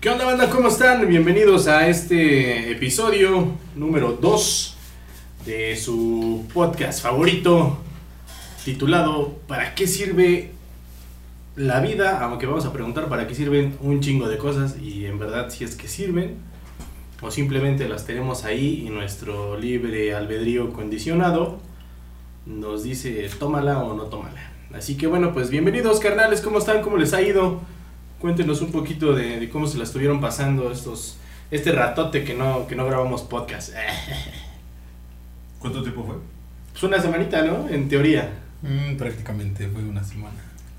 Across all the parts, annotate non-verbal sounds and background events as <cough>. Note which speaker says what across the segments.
Speaker 1: ¿Qué onda banda? ¿Cómo están? Bienvenidos a este episodio número 2 de su podcast favorito titulado ¿Para qué sirve la vida? Aunque vamos a preguntar para qué sirven un chingo de cosas y en verdad si es que sirven o simplemente las tenemos ahí y nuestro libre albedrío condicionado nos dice tómala o no tómala. Así que bueno, pues bienvenidos carnales, ¿cómo están? ¿Cómo les ha ido? Cuéntenos un poquito de, de cómo se la estuvieron pasando estos este ratote que no, que no grabamos podcast. Eh,
Speaker 2: ¿Cuánto tiempo fue?
Speaker 1: Pues una semanita, ¿no? En teoría.
Speaker 3: Mm, prácticamente fue una semana.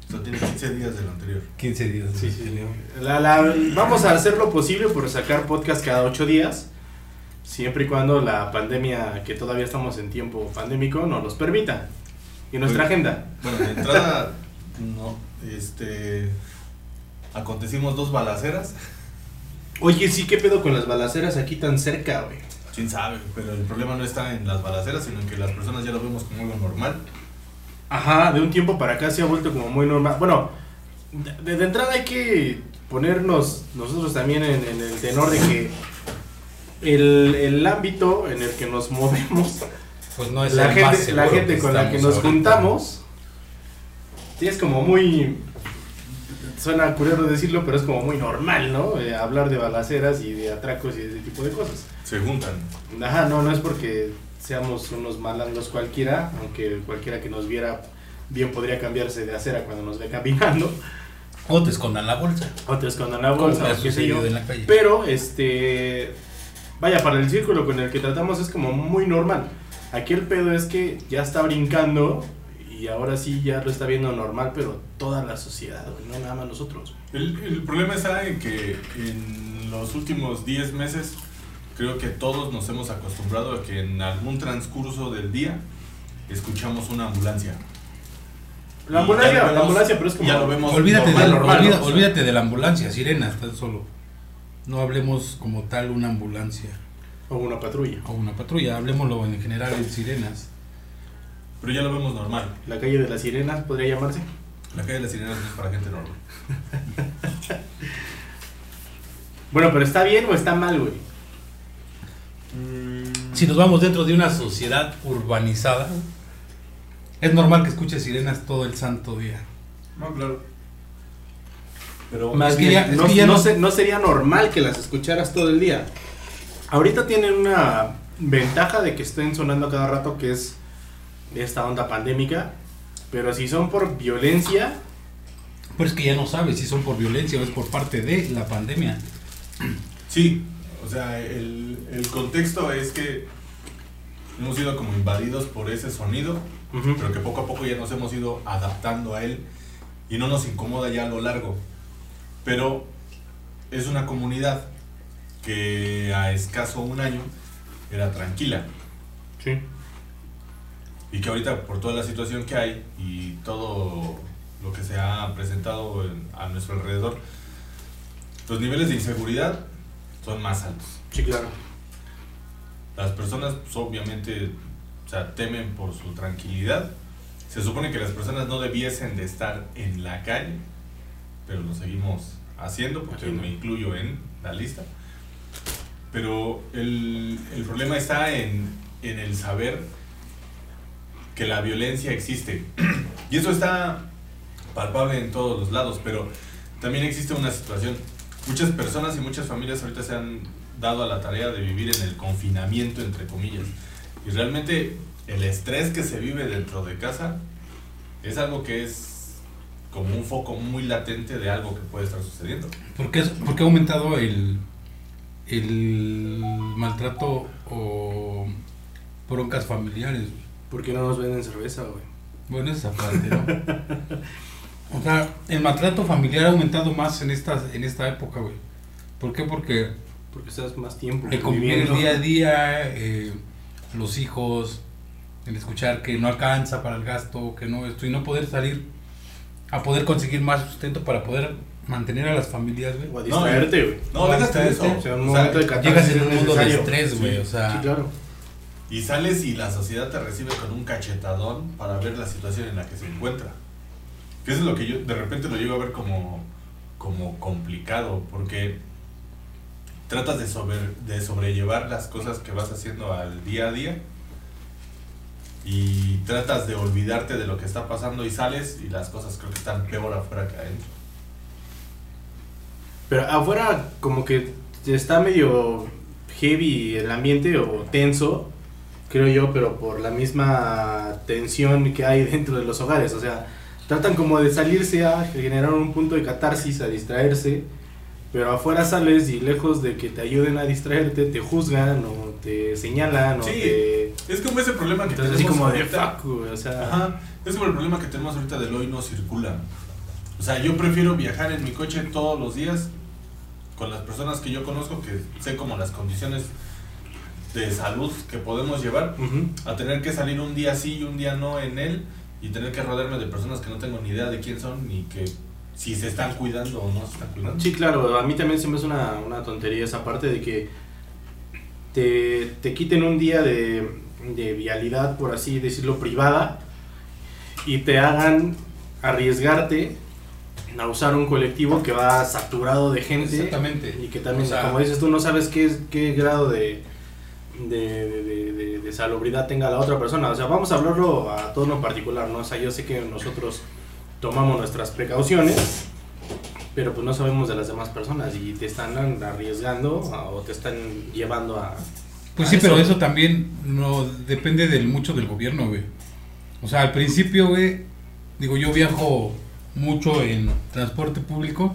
Speaker 2: O sea, tiene 15 días del anterior.
Speaker 3: 15 días.
Speaker 1: Sí,
Speaker 3: ¿no?
Speaker 1: sí, La- la- vamos a hacer lo posible por sacar podcast cada ocho días, siempre y cuando la pandemia, que todavía estamos en tiempo pandémico, nos los permita. Y nuestra
Speaker 2: Oye.
Speaker 1: agenda.
Speaker 2: Bueno, de entrada, no. Este. Acontecimos dos balaceras.
Speaker 1: Oye, sí, ¿qué pedo con las balaceras aquí tan cerca, güey?
Speaker 2: Quién sabe, pero el problema no está en las balaceras, sino en que las personas ya lo vemos como algo normal.
Speaker 1: Ajá, de un tiempo para acá se ha vuelto como muy normal. Bueno, de, de entrada hay que ponernos nosotros también en, en el tenor de que el, el ámbito en el que nos movemos
Speaker 3: Pues <laughs> no es
Speaker 1: la
Speaker 3: el
Speaker 1: gente,
Speaker 3: más
Speaker 1: la
Speaker 3: seguro
Speaker 1: gente con la que nos
Speaker 3: estamos ahorita.
Speaker 1: juntamos sí, es como muy suena curioso decirlo pero es como muy normal no Eh, hablar de balaceras y de atracos y de ese tipo de cosas
Speaker 2: Se juntan.
Speaker 1: ajá no no es porque seamos unos malandros cualquiera aunque cualquiera que nos viera bien podría cambiarse de acera cuando nos ve caminando <laughs>
Speaker 3: O te escondan la bolsa.
Speaker 1: otros cuando la
Speaker 3: Como
Speaker 1: bolsa
Speaker 3: me ha
Speaker 1: o qué sé yo
Speaker 3: sucedido en la calle.
Speaker 1: pero, este. Vaya, para el círculo con el que tratamos es como muy normal. Aquí el pedo es que ya está brincando y ahora sí ya lo está viendo normal, pero toda la sociedad, güey, no nada más nosotros.
Speaker 2: El, el problema está en que en los últimos 10 meses creo que todos nos hemos acostumbrado a que en algún transcurso del día escuchamos una ambulancia.
Speaker 1: La
Speaker 2: Y ya
Speaker 1: ambulancia,
Speaker 2: lo vemos-
Speaker 1: la ambulancia, pero es como.
Speaker 2: ya lo vemos
Speaker 3: Olvídate,
Speaker 2: normal,
Speaker 3: de,
Speaker 2: normal,
Speaker 3: olvida-
Speaker 2: ¿no?
Speaker 3: olvídate de la ambulancia, sirenas, tan solo. No hablemos como tal una ambulancia
Speaker 1: O una patrulla.
Speaker 3: o una patrulla, hablemoslo en general en sirenas.
Speaker 2: Pero ya lo vemos normal.
Speaker 1: La calle de las sirenas podría llamarse.
Speaker 2: La calle de las sirenas no es para gente normal.
Speaker 1: Bueno, pero ¿está bien o está mal, güey?
Speaker 3: Si nos vamos dentro de una sociedad urbanizada, es normal que escuches sirenas todo el santo día.
Speaker 2: No, claro. Pero
Speaker 3: Más
Speaker 1: Es que
Speaker 3: bien,
Speaker 1: ya-
Speaker 3: es
Speaker 1: no,
Speaker 3: que ya
Speaker 1: no
Speaker 3: no-
Speaker 1: se- no sería normal que las escucharas todo el día. Ahorita tienen una ventaja de que estén sonando a cada rato, que es esta onda pandémica. Pero si son por violencia,
Speaker 3: Pero es que ya no sabes si son por violencia o es por parte de la pandemia.
Speaker 2: sí, o sea, el, el contexto es que hemos sido como invadidos por ese sonido, pero que poco a poco ya nos hemos ido adaptando a él y no nos incomoda ya a lo largo. Pero es una comunidad que a escaso un año era tranquila.
Speaker 1: sí.
Speaker 2: Y que ahorita por toda la situación que hay y todo lo que se ha presentado en- a nuestro alrededor, los niveles de inseguridad son más altos.
Speaker 1: sí, claro.
Speaker 2: Las personas pues, obviamente o sea, temen por su tranquilidad. Se supone que las personas no debiesen de estar en la calle, pero lo seguimos haciendo porque
Speaker 1: Haciendo.
Speaker 2: me incluyo en la lista. Pero el, el problema está en, en el saber que la violencia existe. <clears throat> Y eso está palpable en todos los lados, pero también existe una situación. Muchas personas y muchas familias ahorita se han dado a la tarea de vivir en el confinamiento, entre comillas. Y realmente el estrés que se vive dentro de casa es algo que es como un foco muy latente de algo que puede estar sucediendo.
Speaker 3: ¿Por qué, por qué ha aumentado el, el maltrato o broncas familiares?
Speaker 1: Porque no nos venden cerveza, güey.
Speaker 3: Bueno, esa parte, ¿no? O sea, el maltrato familiar ha aumentado más en esta, en esta época, güey. ¿Por qué? Porque
Speaker 1: Porque estás más tiempo
Speaker 3: el convivir el día a día, eh, los hijos, el escuchar que no alcanza para el gasto, que no esto, y no poder salir a poder conseguir más sustento para poder mantener a las familias, güey.
Speaker 1: O a distraerte, güey.
Speaker 2: No, déjate de eso.
Speaker 1: O sea, un
Speaker 2: O sea,
Speaker 1: momento de catarsis
Speaker 3: Llegas en
Speaker 1: es
Speaker 3: un mundo de
Speaker 1: necesario.
Speaker 3: estrés, güey,
Speaker 2: Sí,
Speaker 3: o sea.
Speaker 1: Sí, claro.
Speaker 2: Y sales y la sociedad te recibe con un cachetadón para ver la situación en la que se encuentra. Que eso es lo que yo de repente lo llego a ver como, como complicado, porque tratas de, sobre, de sobrellevar las cosas que vas haciendo al día a día y tratas de olvidarte de lo que está pasando y sales y las cosas creo que están peor afuera que adentro.
Speaker 1: Pero afuera como que está medio heavy el ambiente o tenso, creo yo, pero por la misma tensión que hay <laughs> dentro de los hogares. O sea, tratan como de salirse a generar un punto de catarsis, a distraerse, pero afuera sales y lejos de que te ayuden a distraerte, te juzgan o te señalan o
Speaker 2: Sí.
Speaker 1: te...
Speaker 2: Es como ese problema que
Speaker 1: Entonces así
Speaker 2: tenemos
Speaker 1: como de
Speaker 2: ahorita.
Speaker 1: fuck, güey, o sea...
Speaker 2: Ajá, es como el problema que tenemos ahorita del hoy no circula. O sea, yo prefiero viajar en mi coche todos los días con las personas que yo conozco, que sé como las condiciones de salud que podemos llevar,
Speaker 1: Ujú.
Speaker 2: a tener que salir un día sí y un día no en él y tener que rodearme de personas que no tengo ni idea de quién son ni que si se están cuidando o no se están cuidando.
Speaker 1: Sí, claro, a mí también se me hace una, una tontería esa parte de que te, te quiten un día de, de vialidad, por así decirlo, privada, y te hagan arriesgarte a usar un colectivo que va saturado de gente.
Speaker 3: Exactamente.
Speaker 1: Y que también,
Speaker 3: O sea,
Speaker 1: como dices tú, no sabes qué, es- qué grado de, de, de- de- de- de salubridad tenga la otra persona. O sea, vamos a hablarlo a tono en particular, ¿no? O sea, yo sé que nosotros tomamos nuestras precauciones, pero pues no sabemos de las demás personas y te están arriesgando a- o te están llevando a...
Speaker 3: Pues
Speaker 1: a
Speaker 3: sí, pero eso también no depende del mucho del gobierno, güey. O sea, al principio, güey, digo, yo viajo mucho en transporte público.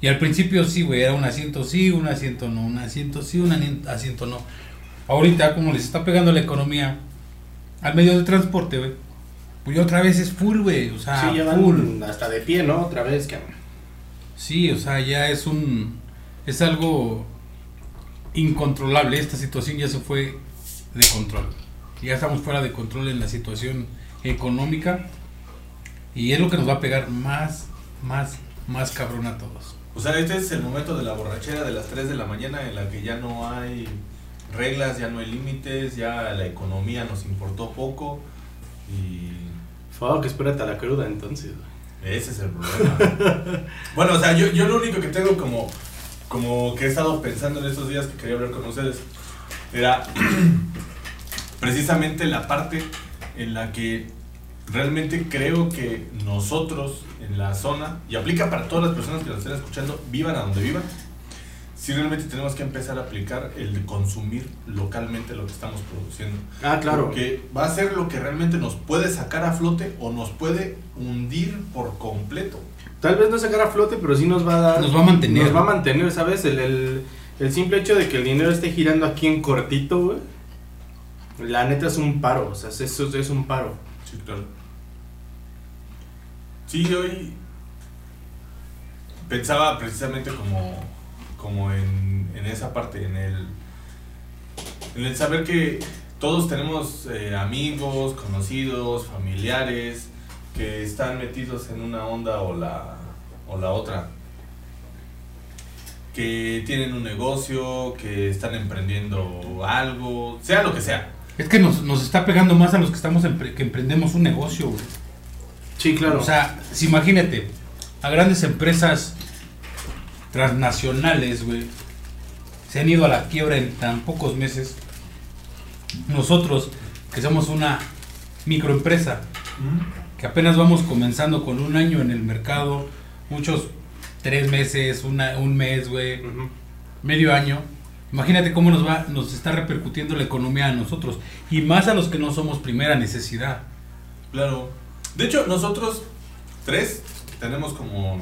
Speaker 3: Y al principio sí, güey, era un asiento sí, un asiento no, un asiento sí, un ani- asiento no. Ahorita, como les está pegando la economía al medio del transporte, güey, pues ya otra vez es full, güey, o sea,
Speaker 1: Sí, llevan
Speaker 3: Ah, full.
Speaker 1: hasta de pie, ¿no? Otra vez, que...
Speaker 3: Sí, o sea, ya es un. Es algo incontrolable. Esta situación ya se fue de control. Ya estamos fuera de control en la situación económica. Y es lo que nos va a pegar más, más, más cabrón a todos.
Speaker 2: O sea, este es el momento de la borrachera de las 3 de la mañana en la que ya no hay reglas, ya no hay límites, ya la economía nos importó poco y
Speaker 1: Fuck, espérate a la cruda entonces.
Speaker 2: ese es el problema. <laughs> bueno, o sea, yo, yo lo único que tengo como, como que he estado pensando en estos días que quería hablar con ustedes era <clears throat> precisamente la parte en la que realmente creo que nosotros en la zona, y aplica para todas las personas que nos estén escuchando, vivan a donde vivan, si realmente tenemos que empezar a aplicar el de consumir localmente lo que estamos produciendo.
Speaker 1: Ah, claro.
Speaker 2: Porque va a ser lo que realmente nos puede sacar a flote o nos puede hundir por completo.
Speaker 1: Tal vez no sacar a flote, pero sí nos va a dar...
Speaker 3: Nos va a mantener.
Speaker 1: Nos va a mantener, ¿sabes? El, el- el simple hecho de que el dinero esté girando aquí en cortito, güey. La neta es un paro, o sea, es, es, es un paro.
Speaker 2: Sí, claro. Sí, hoy pensaba precisamente como, como en, en esa parte, en el, en el saber que todos tenemos eh, amigos, conocidos, familiares que están metidos en una onda o la, o la otra. Que tienen un negocio, que están emprendiendo algo, sea lo que sea.
Speaker 3: Es que nos, nos está pegando más a los que estamos empre- que emprendemos un negocio, güey.
Speaker 1: Sí, claro.
Speaker 3: O sea, si imagínate, a grandes empresas transnacionales, güey, se han ido a la quiebra en tan pocos meses. Nosotros, que somos una microempresa, que apenas vamos comenzando con un año en el mercado, muchos tres meses, una, un mes, güey,
Speaker 1: Ujú.
Speaker 3: medio año. Imagínate cómo nos va, nos está repercutiendo la economía a nosotros y más a los que no somos primera necesidad.
Speaker 2: Claro. De hecho, nosotros tres tenemos como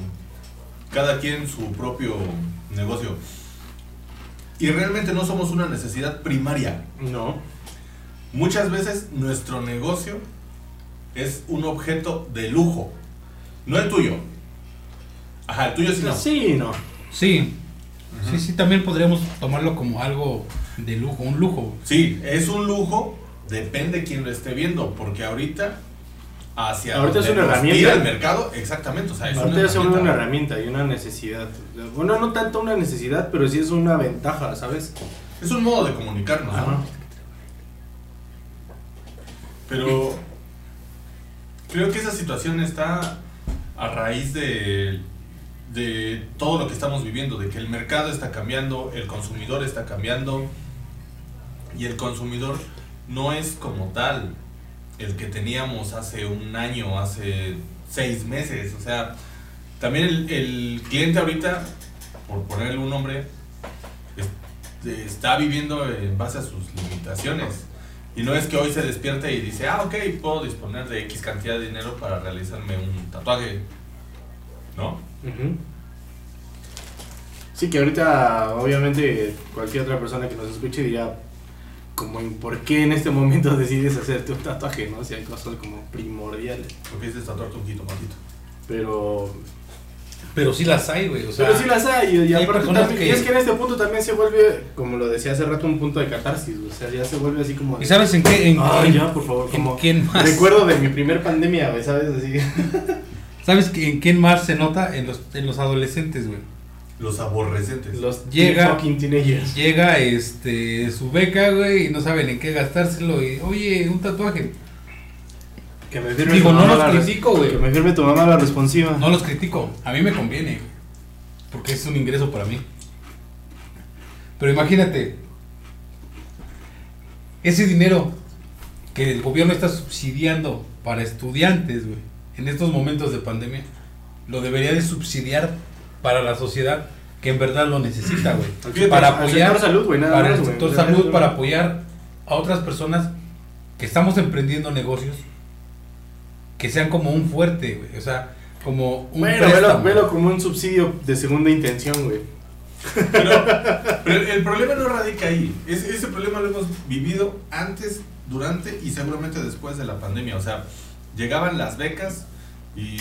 Speaker 2: cada quien su propio negocio. Y realmente no somos una necesidad primaria.
Speaker 1: No.
Speaker 2: Muchas veces nuestro negocio es un objeto de lujo. No el tuyo. Ajá, el tuyo sí no.
Speaker 1: Sí, no.
Speaker 3: Sí. Sí, sí, también podríamos tomarlo como algo de lujo, un lujo.
Speaker 2: Sí, es un lujo, depende quién lo esté viendo, porque ahorita hacia
Speaker 1: Ahorita
Speaker 2: donde
Speaker 1: es una
Speaker 2: nos
Speaker 1: herramienta.
Speaker 2: tira el mercado, exactamente, o sea, es
Speaker 1: Ahorita ya se vuelve una
Speaker 2: herramienta.
Speaker 1: herramienta y una necesidad. Bueno, no tanto una necesidad, pero sí es una ventaja, ¿sabes?
Speaker 2: Es un modo de comunicarnos, ¿no?
Speaker 1: Ajá.
Speaker 2: Pero creo que esa situación está a raíz de, de todo lo que estamos viviendo, de que el mercado está cambiando, el consumidor está cambiando y el consumidor no es como tal el que teníamos hace un año, hace seis meses. O sea, también el, el cliente ahorita, por ponerle un nombre, es- está viviendo en base a sus limitaciones. Y no es que hoy se despierte y dice, ah, ok, puedo disponer de X cantidad de dinero para realizarme un tatuaje. ¿No?
Speaker 1: Ujú. Sí, que ahorita obviamente cualquier otra persona que nos escuche dirá como en por qué en este momento <laughs> decides hacerte un tatuaje, ¿no? Si hay cosas como primordiales.
Speaker 2: Porque es de tatuarte un poquito, poquito.
Speaker 1: Pero
Speaker 3: Pero sí las hay, güey. O sea,
Speaker 1: pero sí las hay, y, y
Speaker 3: hay
Speaker 1: aparte
Speaker 3: personas
Speaker 1: también-
Speaker 3: que-
Speaker 1: y es que en este punto también se vuelve, como lo decía hace rato, un punto de catarsis, o sea, ya se vuelve así como... de-
Speaker 3: ¿Y sabes en qué? En,
Speaker 1: Ay,
Speaker 3: en-
Speaker 1: ya, por favor,
Speaker 3: en
Speaker 1: como...
Speaker 3: quién más?
Speaker 1: Recuerdo de mi primer pandemia, güey, ¿sabes? Así.
Speaker 3: ¿Sabes que en quién más se nota? En los, en los adolescentes, güey.
Speaker 2: Los aborrecentes.
Speaker 1: Los
Speaker 3: Llega-
Speaker 1: fucking teenagers.
Speaker 3: Llega este su beca, güey, y no saben en qué gastárselo. Y, Oye, un tatuaje.
Speaker 1: Que me firme
Speaker 3: Digo,
Speaker 1: tu
Speaker 3: no
Speaker 1: mamá
Speaker 3: los
Speaker 1: la res-
Speaker 3: critico, güey.
Speaker 1: Que me firme tu mamá la responsiva.
Speaker 3: No los critico, a mí me conviene, güey, porque es un ingreso para mí. Pero imagínate, ese dinero que el gobierno está subsidiando para estudiantes, güey, en estos momentos de pandemia, lo debería de subsidiar para la sociedad que en verdad lo necesita, güey.
Speaker 1: Fíjate,
Speaker 3: para
Speaker 1: al sector
Speaker 3: apoyar,
Speaker 1: salud, güey, nada
Speaker 3: para
Speaker 1: más,
Speaker 3: el
Speaker 1: güey.
Speaker 3: sector
Speaker 1: O sea,
Speaker 3: salud,
Speaker 1: es-
Speaker 3: para apoyar a otras personas que estamos emprendiendo negocios que sean como un fuerte, güey. O sea, como un
Speaker 1: Bueno, velo,
Speaker 3: préstamo.
Speaker 1: velo como un subsidio de segunda intención, güey.
Speaker 2: Pero, pero el problema no radica ahí. Es- ese problema lo hemos vivido antes, durante y seguramente después de la pandemia. O sea, llegaban las becas y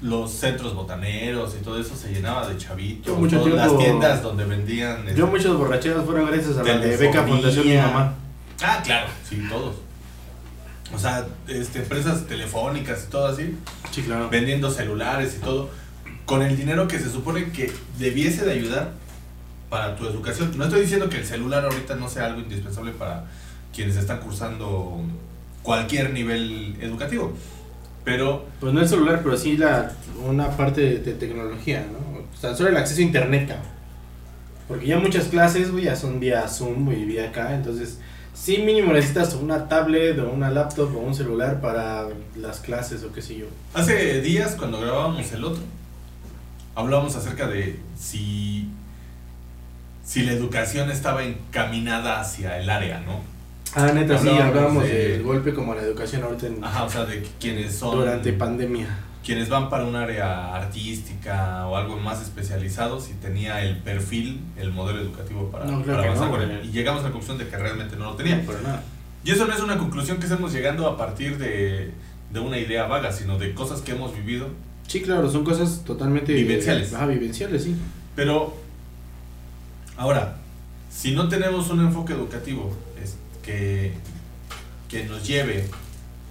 Speaker 2: los centros botaneros y todo eso se llenaba de chavitos.
Speaker 1: Yo mucho
Speaker 2: todas las
Speaker 1: tiempo-
Speaker 2: tiendas donde vendían. este,
Speaker 1: Yo muchas borracheras fueron gracias a la de
Speaker 2: Telefonía.
Speaker 1: beca fundación de mi mamá.
Speaker 2: Ah, claro, sí, todos. O sea, este, empresas telefónicas y todo así,
Speaker 1: Sí, claro.
Speaker 2: vendiendo celulares y todo, con el dinero que se supone que debiese de ayudar para tu educación. No estoy diciendo que el celular ahorita no sea algo indispensable para quienes están cursando cualquier nivel educativo, pero
Speaker 1: Pues no el celular, pero sí la, una parte de, de tecnología, ¿no? O sea, solo el acceso a internet, cabrón. Porque ya muchas clases, güey, ya son vía Zoom y vía acá, entonces sí mínimo necesitas una tablet o una laptop o un celular para las clases o qué sé yo.
Speaker 2: Hace días, cuando grabábamos el otro, hablábamos acerca de si, si la educación estaba encaminada hacia el área, ¿no?
Speaker 1: Ah, neta, sí,
Speaker 2: Hablábamos
Speaker 1: hablábamos
Speaker 2: de-
Speaker 1: del golpe como a la educación ahorita en-
Speaker 2: Ajá, o sea, de quienes son.
Speaker 1: durante pandemia.
Speaker 2: quienes van para un área artística o algo más especializado, si tenía el perfil, el modelo educativo para,
Speaker 1: No, claro
Speaker 2: para
Speaker 1: que
Speaker 2: avanzar
Speaker 1: no,
Speaker 2: con
Speaker 1: güey.
Speaker 2: él. Y llegamos a la conclusión de que realmente no lo tenía.
Speaker 1: Pero nada.
Speaker 2: Y eso no es una conclusión que estamos llegando a partir de, de una idea vaga, sino de cosas que hemos vivido
Speaker 1: Sí, claro, son cosas totalmente eh,
Speaker 2: Vivenciales.
Speaker 1: Ajá, vivenciales, sí.
Speaker 2: Pero, ahora, si no tenemos un enfoque educativo es- que, que nos lleve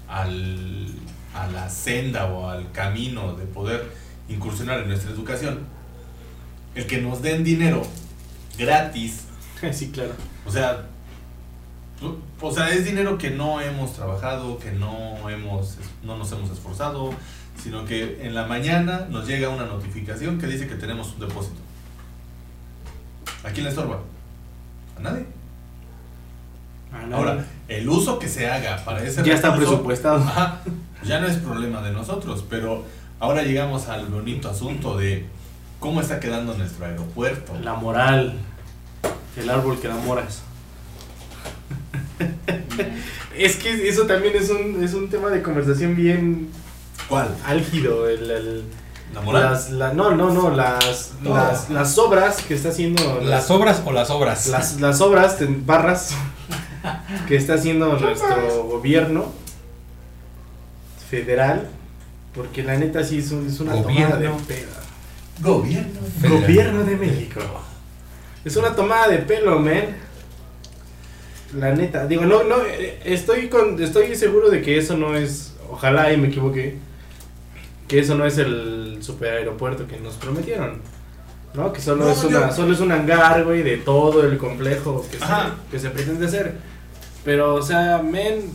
Speaker 2: al, a la senda o al camino de poder incursionar en nuestra educación, el que nos den dinero gratis,
Speaker 1: <laughs> sí, claro.
Speaker 2: o sea, tú- o sea, es dinero que no hemos trabajado, que no, hemos, no nos hemos esforzado, sino que en la mañana nos llega una notificación que dice que tenemos un depósito. ¿A quién le estorba? A nadie.
Speaker 1: Ah,
Speaker 2: Ahora, el uso que se haga para ese
Speaker 1: ya está
Speaker 2: recurso,
Speaker 1: presupuestado.
Speaker 2: Ajá, ya no es problema de nosotros, pero ahora llegamos al bonito asunto de cómo está quedando nuestro aeropuerto.
Speaker 1: La moral. El árbol que da moras. <laughs> es que eso también es un, es un tema de conversación bien
Speaker 2: ¿Cuál?
Speaker 1: álgido. El, el-
Speaker 2: ¿La moral?
Speaker 1: Las, la- no, no, no. Las,
Speaker 2: No.
Speaker 1: Las, las obras que está haciendo.
Speaker 3: ¿Las obras o las obras?
Speaker 1: las, las obras en barras que está haciendo nuestro gobierno federal Porque la neta sí es, un- es una tomada de
Speaker 3: Gobierno.
Speaker 1: pelo.
Speaker 2: Gobierno.
Speaker 3: Federal.
Speaker 1: Gobierno de México. Es una tomada de pelo, man. La neta. Digo, no, no, eh, estoy, con, estoy seguro de que eso no es, ojalá y me equivoque, que eso no es el super aeropuerto que nos prometieron. ¿No? Que solo,
Speaker 2: No,
Speaker 1: es, una,
Speaker 2: yo-
Speaker 1: solo es un hangar, güey, de todo el complejo que se,
Speaker 2: Ajá.
Speaker 1: que se pretende hacer. Pero, o sea, men,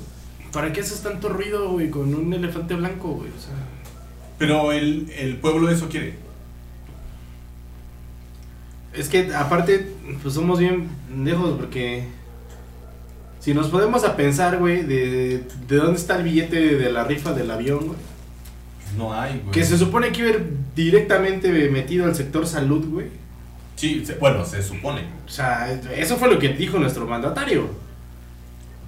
Speaker 1: ¿para qué haces tanto ruido, güey, con un elefante blanco, güey? O sea...
Speaker 2: Pero el, el pueblo eso quiere.
Speaker 1: Es que aparte, pues somos bien lejos porque si nos podemos a pensar, güey, de, de dónde está el billete de la rifa del avión, güey.
Speaker 2: No hay, güey.
Speaker 1: Que se supone que iba a ir directamente metido al sector salud, güey.
Speaker 2: Sí, se- bueno, se supone.
Speaker 1: O sea, eso fue lo que dijo nuestro mandatario.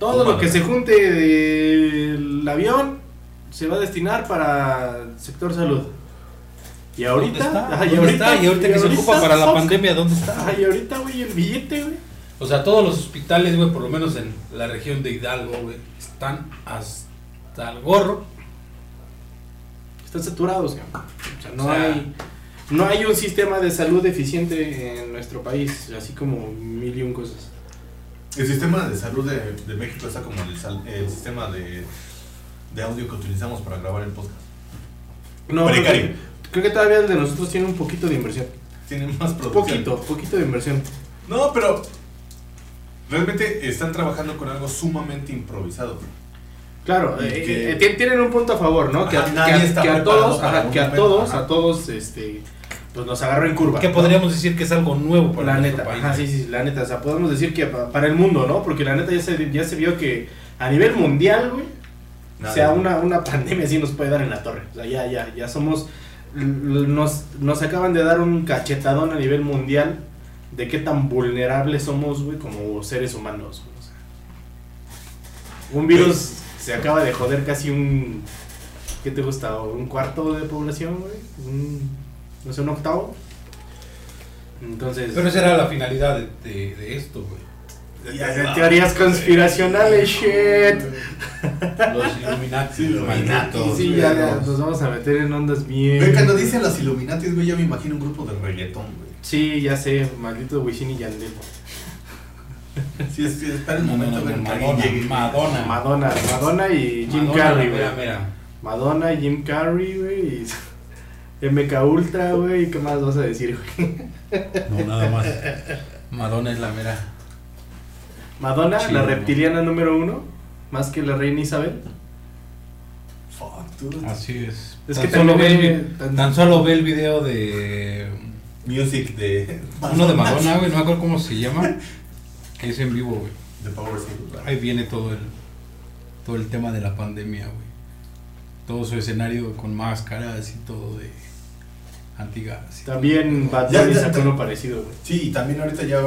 Speaker 1: Todo
Speaker 2: Un
Speaker 1: lo que se junte del avión se va a destinar para sector salud. Y ahorita,
Speaker 4: ¿Dónde está?
Speaker 1: ajá,
Speaker 4: ¿Dónde está? Y ahorita que se
Speaker 1: ahorita,
Speaker 4: ocupa para la
Speaker 1: fuck.
Speaker 4: pandemia, ¿dónde está?
Speaker 1: Ajá, y ahorita, güey, el billete, güey.
Speaker 3: O sea, todos los hospitales, güey, por lo menos en la región de Hidalgo, güey, están hasta el gorro.
Speaker 1: Están saturados, cabrón. O sea, no,
Speaker 3: O sea,
Speaker 1: hay, no hay un sistema de salud eficiente en nuestro país, así como mil y un cosas.
Speaker 2: El sistema de salud de, de México está como el, sal- el sistema de, de audio que utilizamos para grabar el podcast.
Speaker 1: No, creo
Speaker 2: Precario.
Speaker 1: que, creo que todavía el de nosotros tiene un poquito de inversión.
Speaker 2: Tiene más producción.
Speaker 1: Poquito, poquito de inversión.
Speaker 2: No, pero realmente están trabajando con algo sumamente improvisado.
Speaker 1: Claro,
Speaker 2: Y
Speaker 1: eh,
Speaker 2: que-
Speaker 1: eh, tien- tienen un punto a favor, ¿no? Que a,
Speaker 2: Ajá,
Speaker 1: que
Speaker 2: nadie
Speaker 1: a-
Speaker 2: está
Speaker 1: que a
Speaker 2: preparado
Speaker 1: todos,
Speaker 2: para
Speaker 1: ajá,
Speaker 2: un
Speaker 1: que a
Speaker 2: momento,
Speaker 1: todos,
Speaker 2: ajá.
Speaker 1: a todos, este, pues nos agarró en curva.
Speaker 4: Que
Speaker 1: ¿no?
Speaker 4: podríamos decir que es algo nuevo para
Speaker 1: la
Speaker 4: nuestro
Speaker 1: neta,
Speaker 4: país.
Speaker 1: ajá, sí, sí, la neta, o sea, podemos decir que pa- para el mundo, ¿no? Porque la neta ya se, ya se vio que a nivel mundial, güey,
Speaker 2: Nada.
Speaker 1: O sea, una, una <laughs> pandemia sí nos puede dar en la torre. O sea, ya, ya, ya somos. l- l- Nos, nos acaban de dar un cachetadón a nivel mundial de qué tan vulnerables somos, güey, como seres humanos. güey. O sea, un virus se acaba de joder casi un. ¿Qué te gusta? ¿Un cuarto de población, güey? Un- No sé, un octavo. Entonces.
Speaker 3: Pero esa era la finalidad de, de- de esto, güey.
Speaker 1: de- de- de teorías conspiracionales, shit. <laughs>
Speaker 3: Los Illuminati.
Speaker 2: Sí, los
Speaker 3: malditos,
Speaker 1: Sí,
Speaker 3: güey,
Speaker 1: ya, ya,
Speaker 3: los-
Speaker 1: nos vamos a meter en ondas bien.
Speaker 2: Ve, cuando dicen los Illuminatis, güey, ya me imagino un grupo de reggaetón, güey.
Speaker 1: Sí, ya sé, maldito Wisin y Yandel.
Speaker 2: Sí, es, sí, espera el
Speaker 3: No, no,
Speaker 2: momento
Speaker 3: no,
Speaker 2: de
Speaker 3: no,
Speaker 2: que
Speaker 3: Madonna,
Speaker 2: alguien llegue.
Speaker 3: Madonna.
Speaker 1: Madonna, Madonna y Jim
Speaker 3: Madonna,
Speaker 1: Carrey, güey.
Speaker 3: mira, mira.
Speaker 1: Madonna, Jim Carrey, <laughs> güey. y MK Ultra, güey. ¿Qué más vas a decir, güey?
Speaker 4: No, nada más.
Speaker 3: Madonna es la mera.
Speaker 1: Madonna,
Speaker 3: Sí,
Speaker 1: la
Speaker 3: no.
Speaker 1: reptiliana número uno. Más que la reina Isabel.
Speaker 2: Fuck, tú.
Speaker 3: Así es.
Speaker 1: Es
Speaker 3: tan,
Speaker 1: que
Speaker 3: solo ve,
Speaker 1: también,
Speaker 3: el vi-
Speaker 1: eh, tan-
Speaker 3: tan solo ve el video de.
Speaker 2: Music de.
Speaker 3: Uno de Madonna, güey, no me acuerdo cómo se llama. Que es en vivo, güey.
Speaker 2: De Power Single.
Speaker 3: Ahí viene todo el todo el tema de la pandemia, güey. Todo su escenario con máscaras y todo de antigas. y
Speaker 1: También
Speaker 3: todo.
Speaker 1: Bad
Speaker 2: Ya,
Speaker 1: Bunny
Speaker 2: ya,
Speaker 1: sacó
Speaker 2: ya.
Speaker 1: uno parecido, güey.
Speaker 2: Sí, y también ahorita ya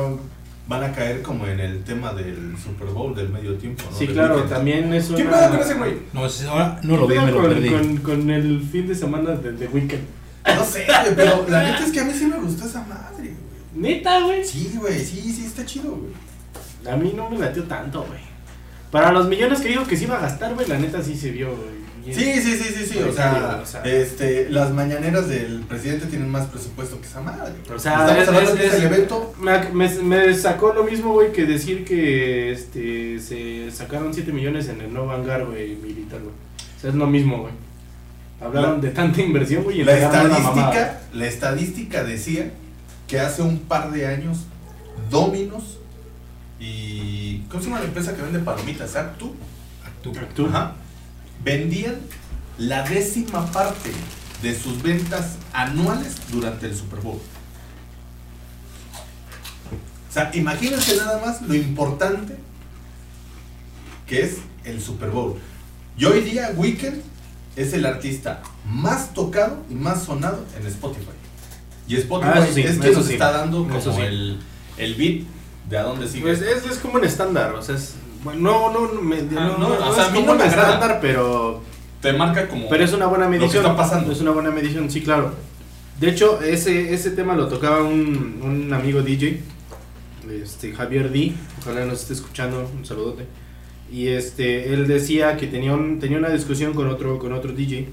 Speaker 2: van a caer como en el tema del Super Bowl del medio tiempo, ¿no?
Speaker 1: Sí,
Speaker 2: Del
Speaker 1: claro,
Speaker 2: weekend.
Speaker 1: también es una...
Speaker 2: ¿Qué pedo con ese güey?
Speaker 3: No, es- ahora no lo vi,
Speaker 1: ¿Qué pedo
Speaker 3: me lo
Speaker 1: con,
Speaker 3: perdí.
Speaker 1: Con, con el fin de semana de The Weeknd.
Speaker 2: No sé, güey, pero la neta es que a mí sí me gustó esa madre, güey.
Speaker 1: Neta, güey.
Speaker 2: Sí, güey, sí, sí, está chido, güey.
Speaker 1: A mí no me latió tanto, güey. Para los millones que dijo que se iba a gastar, güey, la neta sí se vio, güey. bien.
Speaker 2: Sí, sí, sí, sí, sí, o
Speaker 1: Sí,
Speaker 2: sea,
Speaker 1: o sea.
Speaker 2: este, las mañaneras del presidente tienen más presupuesto que esa madre.
Speaker 1: O sea,
Speaker 2: Estamos
Speaker 1: es-
Speaker 2: hablando
Speaker 1: es-
Speaker 2: que es el
Speaker 1: es-
Speaker 2: evento.
Speaker 1: Me, me- me sacó lo mismo, güey, que decir que este se sacaron 7 millones en el nuevo hangar, güey, militar, güey. O sea, es lo mismo, güey. Hablaron de tanta inversión, güey, y
Speaker 2: La
Speaker 1: entregaron una mamada.
Speaker 2: estadística, la estadística decía que hace un par de años Dominos y ¿cómo se llama la empresa que vende palomitas? Actu,
Speaker 3: Tú.
Speaker 1: Tú,
Speaker 2: ajá, vendían la décima parte de sus ventas anuales durante el Super Bowl. O sea, imagínense nada más lo importante que es el Super Bowl. Y hoy día Weekend es el artista más tocado y más sonado en Spotify. Y Spotify
Speaker 1: Ah, eso sí,
Speaker 2: es quien
Speaker 1: eso
Speaker 2: nos
Speaker 1: sí,
Speaker 2: está dando como
Speaker 1: eso sí.
Speaker 2: el, el beat de a dónde sigue.
Speaker 1: Pues es, es como un estándar, o sea, es. bueno, no, no, me- no,
Speaker 2: Ah, no,
Speaker 1: no,
Speaker 2: o
Speaker 1: no
Speaker 2: sea,
Speaker 1: es
Speaker 2: a mí
Speaker 1: como
Speaker 2: no
Speaker 1: un
Speaker 2: me agrada.
Speaker 1: estándar, pero
Speaker 2: Te marca como...
Speaker 1: Pero es una buena
Speaker 2: Eh, que
Speaker 1: medición.
Speaker 2: está pasando.
Speaker 1: Es una buena medición, sí, claro. De hecho, ese, ese tema lo tocaba un, un amigo DJ, este, Javier D. Ojalá nos esté escuchando, un saludote. Y este, él decía que tenía, un- tenía una discusión con otro, con otro DJ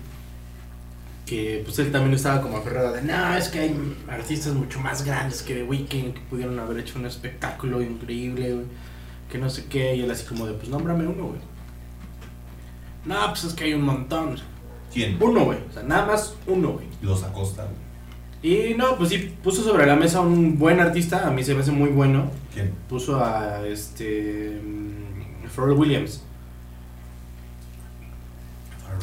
Speaker 1: que pues él también estaba como aferrado de, no, es que hay artistas mucho más grandes que The Weeknd que pudieron haber hecho un espectáculo increíble, güey, que no sé qué, y él así como de, pues nómbrame uno, güey. No, pues es que hay un montón.
Speaker 2: ¿Quién?
Speaker 1: Uno, güey, o sea, nada más uno, güey.
Speaker 2: Los Acosta, güey.
Speaker 1: Y no, pues sí, puso sobre la mesa un buen artista, a mí se me hace muy bueno,
Speaker 2: ¿Quién?
Speaker 1: puso a este mm, Pharrell Williams.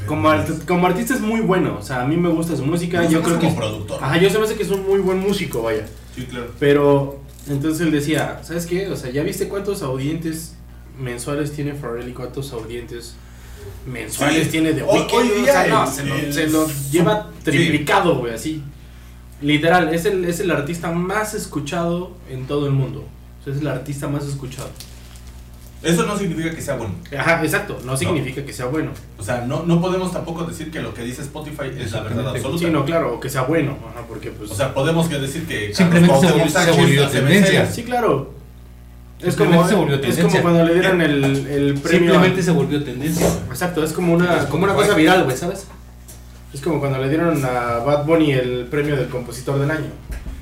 Speaker 1: Como, art- como artista es muy bueno, o sea, a mí me gusta su música, yo creo que...
Speaker 2: como productor.
Speaker 1: Ajá, yo se me hace que es un muy buen músico, vaya.
Speaker 2: Sí, claro.
Speaker 1: Pero entonces él decía, ¿sabes qué? O sea, ¿ya viste cuántos audientes mensuales tiene Pharrell y cuántos audientes mensuales
Speaker 2: Sí.
Speaker 1: tiene de
Speaker 2: Hoy-
Speaker 1: Weeknd?
Speaker 2: hoy
Speaker 1: O
Speaker 2: día
Speaker 1: sea, no,
Speaker 2: el-
Speaker 1: se, lo,
Speaker 2: el-
Speaker 1: se lo lleva
Speaker 2: sí.
Speaker 1: triplicado, güey, así. Literal, es el, es el artista más escuchado en todo el mundo. O sea, es el artista más escuchado.
Speaker 2: Eso no significa que sea bueno.
Speaker 1: Ajá, exacto. No significa que sea bueno.
Speaker 2: O sea, no, no podemos tampoco decir que lo que dice Spotify es la verdad
Speaker 3: Exactamente.
Speaker 2: absoluta.
Speaker 1: Sí, no, claro, o que sea bueno. Ajá, porque pues.
Speaker 2: O sea, podemos que decir que Carlos
Speaker 3: Simplemente se
Speaker 2: Cuauhtémoc
Speaker 3: volvió- se
Speaker 2: Sánchez
Speaker 3: volvió
Speaker 2: hace
Speaker 3: tendencia.
Speaker 2: meses
Speaker 1: sí, claro. Es
Speaker 3: Simplemente
Speaker 1: como,
Speaker 3: se volvió
Speaker 1: es
Speaker 3: tendencia.
Speaker 1: como cuando le dieron el, el premio.
Speaker 4: Simplemente se volvió tendencia. güey.
Speaker 1: Exacto, es como una, como una cosa viral, güey, ¿sabes? Es como cuando le dieron a Bad Bunny el premio del compositor del año.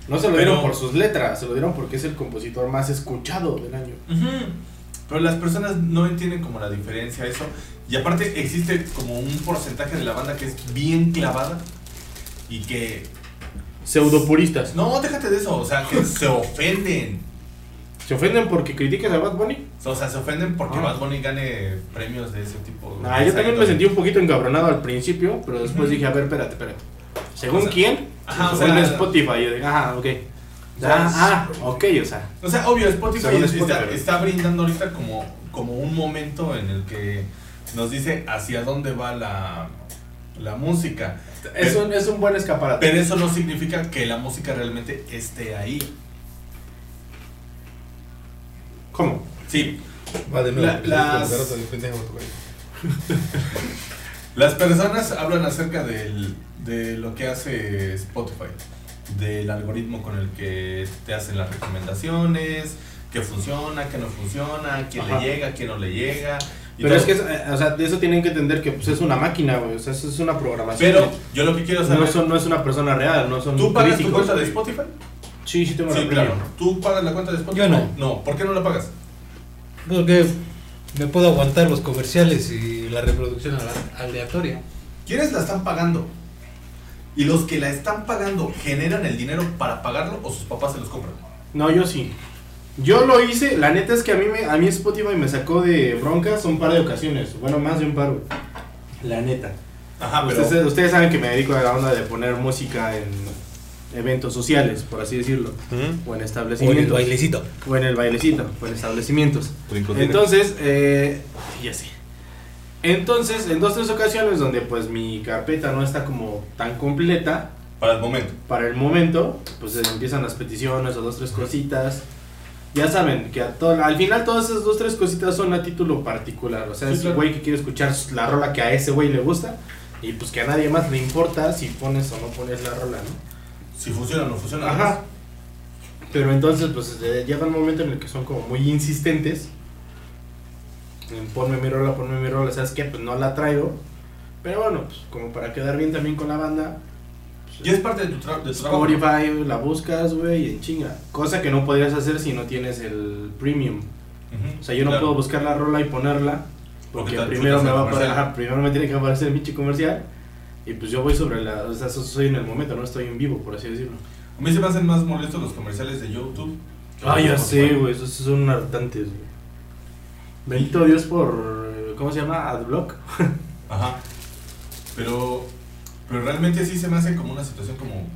Speaker 1: No se lo
Speaker 2: Pero-
Speaker 1: dieron por sus letras, se lo dieron porque es el compositor más escuchado del año.
Speaker 2: Ujú. Pero las personas no entienden como la diferencia eso. Y aparte existe como un porcentaje de la banda que es bien clavada y que...
Speaker 1: Pseudopuristas.
Speaker 2: No, déjate de eso. O sea, que se ofenden.
Speaker 1: ¿Se ofenden porque critiques a Bad Bunny?
Speaker 2: O sea, se ofenden porque
Speaker 1: Ah.
Speaker 2: Bad Bunny gane premios de ese tipo.
Speaker 1: Nah, Ah, yo también me sentí un poquito encabronado al principio, pero después
Speaker 2: Ujú.
Speaker 1: dije, a ver, espérate, espérate. ¿Según
Speaker 2: O sea,
Speaker 1: quién?
Speaker 2: ajá, o
Speaker 1: Según
Speaker 2: sea,
Speaker 1: Spotify. Yo dije, ajá, ok.
Speaker 2: O sea,
Speaker 1: Ah, ah, ok, o sea.
Speaker 2: O sea, obvio, Spotify,
Speaker 1: Según
Speaker 2: está- Está,
Speaker 1: Spotify.
Speaker 2: brindando ahorita como, como un momento en el que nos dice hacia dónde va la, la música.
Speaker 1: Es un, es un buen escaparate.
Speaker 2: Pero eso no significa que la música realmente esté ahí.
Speaker 1: ¿Cómo?
Speaker 2: Sí,
Speaker 3: Va de nuevo.
Speaker 2: La- las- las personas hablan acerca del- de lo que hace Spotify, del algoritmo con el que te hacen las recomendaciones, qué funciona, qué no funciona, quién
Speaker 1: Ajá.
Speaker 2: le llega, quién no le llega. y
Speaker 1: Pero
Speaker 2: todo.
Speaker 1: es que, es, eh, o sea, de eso tienen que entender que pues, es una máquina, güey. O sea, eso es una programación.
Speaker 2: Pero yo lo que quiero saber,
Speaker 1: no, son, no es una persona real, no son.
Speaker 2: ¿tú pagas tu
Speaker 1: críticos,
Speaker 2: cuenta
Speaker 1: güey.
Speaker 2: de Spotify?
Speaker 1: Sí, sí, tengo
Speaker 2: Sí,
Speaker 1: la
Speaker 2: claro.
Speaker 1: premium.
Speaker 2: ¿Tú pagas la cuenta de Spotify?
Speaker 4: Yo no.
Speaker 2: No, ¿por qué no la pagas?
Speaker 4: Porque Pues me puedo aguantar los comerciales y la reproducción ale- aleatoria.
Speaker 2: ¿Quiénes la están pagando? ¿Y los que la están pagando generan el dinero para pagarlo o sus papás se los compran?
Speaker 1: No, yo sí. Yo lo hice, la neta es que a mí, me, a mí Spotify me sacó de broncas un par de ocasiones. Bueno, más de un par, güey. La neta.
Speaker 2: Ajá, pero...
Speaker 1: Ustedes, eh, ustedes saben que me dedico a la onda de poner música en eventos sociales, por así decirlo.
Speaker 2: ¿Mm?
Speaker 1: O en establecimientos.
Speaker 4: bailecito.
Speaker 1: O en el bailecito, o en establecimientos. Entonces, eh, ya sé. Entonces, en dos tres ocasiones donde pues mi carpeta no está como tan completa
Speaker 2: Para el momento.
Speaker 1: para el momento, pues eh, empiezan las peticiones o dos tres cositas. Ya saben que a todo- al final todas esas dos tres cositas son a título particular, o sea,
Speaker 2: Sí,
Speaker 1: es
Speaker 2: claro.
Speaker 1: un güey que quiere escuchar la rola que a ese güey le gusta y pues que a nadie más le importa si pones o no pones la rola, ¿no?
Speaker 2: Si funciona o no funciona. pues,
Speaker 1: Ajá. Pero entonces, pues eh, llega un momento en el que son como muy insistentes. En ponme mi rola, ponme mi rola, ¿sabes qué? Pues no la traigo. Pero bueno, pues como para quedar bien también con la banda. pues,
Speaker 2: Y es parte de tu, tra- de tu trabajo.
Speaker 1: Spotify, la buscas, güey, y en chinga. Cosa que no podrías hacer si no tienes el premium.
Speaker 2: Ujú,
Speaker 1: O sea, yo no
Speaker 2: claro.
Speaker 1: puedo buscar la rola y ponerla.
Speaker 2: Porque
Speaker 1: Porque
Speaker 2: tal-
Speaker 1: primero me va a
Speaker 2: comercial.
Speaker 1: ajá, primero me tiene que aparecer el pinche comercial. Y pues yo voy sobre la. O sea, so- soy en el momento, no estoy en vivo, por así decirlo.
Speaker 2: A mí se me hacen más molestos los comerciales de YouTube. que
Speaker 1: Ah,
Speaker 2: los de
Speaker 1: ya
Speaker 2: Spotify.
Speaker 1: sé, güey, esos son hartantes, güey. Bendito Dios por. eh, ¿Cómo se llama? Adblock.
Speaker 2: Ajá. Pero, pero realmente sí se me hace como una situación como...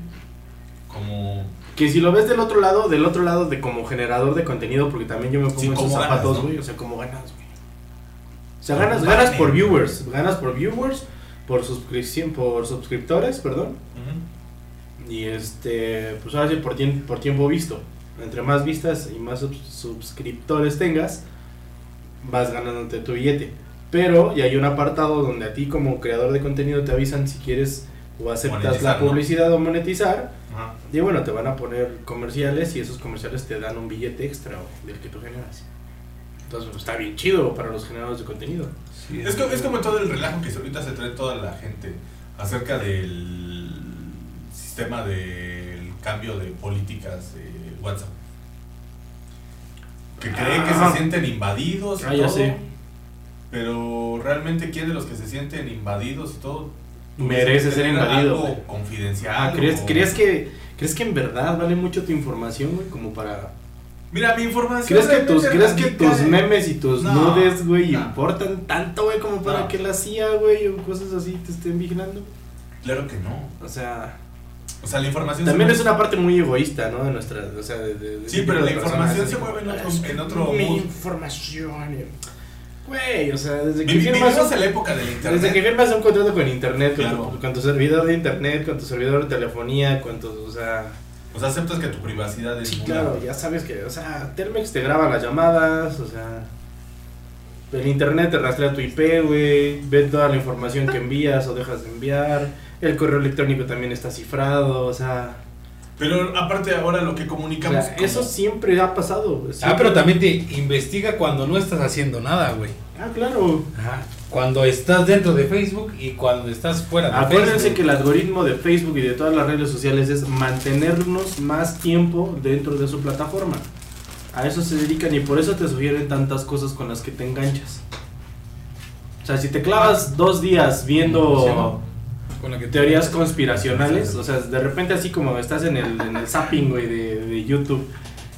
Speaker 2: Como...
Speaker 1: Que si lo ves del otro lado, del otro lado de como generador de contenido, porque también yo me pongo
Speaker 2: Sí,
Speaker 1: en esos
Speaker 2: ¿cómo ganas,
Speaker 1: zapatos,
Speaker 2: no?
Speaker 1: güey. O sea, como ganas, güey. O sea,
Speaker 2: No
Speaker 1: ganas,
Speaker 2: mames.
Speaker 1: ganas por viewers. Ganas por viewers, por suscripción, por suscriptores, perdón.
Speaker 2: ujú,
Speaker 1: Y este, pues ahora sí, por, tiem- por tiempo visto. Entre más vistas y más subs- suscriptores tengas, vas ganándote tu billete. Pero, y hay un apartado donde a ti como creador de contenido te avisan si quieres o aceptas
Speaker 2: Monetizar,
Speaker 1: la
Speaker 2: ¿no?
Speaker 1: publicidad o monetizar.
Speaker 2: ajá.
Speaker 1: Y bueno, te van a poner comerciales y esos comerciales te dan un billete extra güey, del que tú generas. Entonces, pues, está bien chido para los generadores de contenido.
Speaker 2: Es, co- es como todo el relajo que se- ahorita se trae toda la gente acerca del tema del cambio de políticas de WhatsApp. Que creen que
Speaker 1: Ah.
Speaker 2: se sienten invadidos y
Speaker 1: Ah, ya
Speaker 2: todo,
Speaker 1: sé.
Speaker 2: Pero realmente, ¿quién de los que se sienten invadidos y todo?
Speaker 1: Merece ser
Speaker 2: Tener
Speaker 1: invadido,
Speaker 2: algo
Speaker 1: güey.
Speaker 2: confidencial.
Speaker 1: Ah, ¿crees,
Speaker 2: o-
Speaker 1: crees que, ¿Crees que en verdad vale mucho tu información, güey? Como para...
Speaker 2: Mira, mi información.
Speaker 1: ¿Crees que tus,
Speaker 2: realmente
Speaker 1: ¿crees que
Speaker 2: radica
Speaker 1: tus
Speaker 2: en-
Speaker 1: memes y tus
Speaker 2: No,
Speaker 1: nudes, güey,
Speaker 2: no.
Speaker 1: importan tanto, güey, como para
Speaker 2: No.
Speaker 1: que la CIA, güey, o cosas así te estén vigilando?
Speaker 2: Claro que no.
Speaker 1: O sea...
Speaker 2: O sea, la información. se
Speaker 1: También
Speaker 2: mueve-
Speaker 1: es una parte muy egoísta, ¿no? De nuestra, o sea, de, de- de
Speaker 2: Sí,
Speaker 1: ese
Speaker 2: pero
Speaker 1: tipo de
Speaker 2: la
Speaker 1: personas,
Speaker 2: información
Speaker 1: así
Speaker 2: se
Speaker 1: como,
Speaker 2: mueve en otro-
Speaker 1: "Ah, es
Speaker 2: en otro
Speaker 1: Mi
Speaker 2: mood".
Speaker 1: información. eh. Güey, o sea, desde que
Speaker 2: Vi-
Speaker 1: firmas
Speaker 2: Vivimos
Speaker 1: un,
Speaker 2: en la época del internet.
Speaker 1: desde que firmas un contrato con internet, con,
Speaker 2: Claro.
Speaker 1: tu, con tu servidor de internet, con tu servidor de telefonía, con tu, o sea,
Speaker 2: O sea, pues, aceptas que tu privacidad es
Speaker 1: sí,
Speaker 2: nula.
Speaker 1: claro, ya sabes que, o sea, Telmex te graba las llamadas, o sea, el internet te rastrea tu IP, güey, ve toda la información que envías o dejas de enviar, el correo electrónico también está cifrado, o sea,
Speaker 2: Pero aparte ahora lo que
Speaker 1: O
Speaker 2: comunicamos.
Speaker 1: sea,
Speaker 2: como-
Speaker 1: eso siempre ha pasado. güey,
Speaker 4: Ah,
Speaker 1: siempre.
Speaker 4: pero también te investiga cuando no estás haciendo nada, güey.
Speaker 1: Ah, claro.
Speaker 4: Ajá. Cuando estás dentro de Facebook y cuando estás fuera de
Speaker 1: Acuérdense
Speaker 4: Facebook.
Speaker 1: que el algoritmo de Facebook y de todas las redes sociales es mantenernos más tiempo dentro de su plataforma. A eso se dedican y por eso te sugieren tantas cosas con las que te enganchas. O sea, si te clavas dos días viendo
Speaker 3: Con la que
Speaker 1: teorías conspiracionales, o sea, de repente así como estás en el, en el zapping, güey, de, de YouTube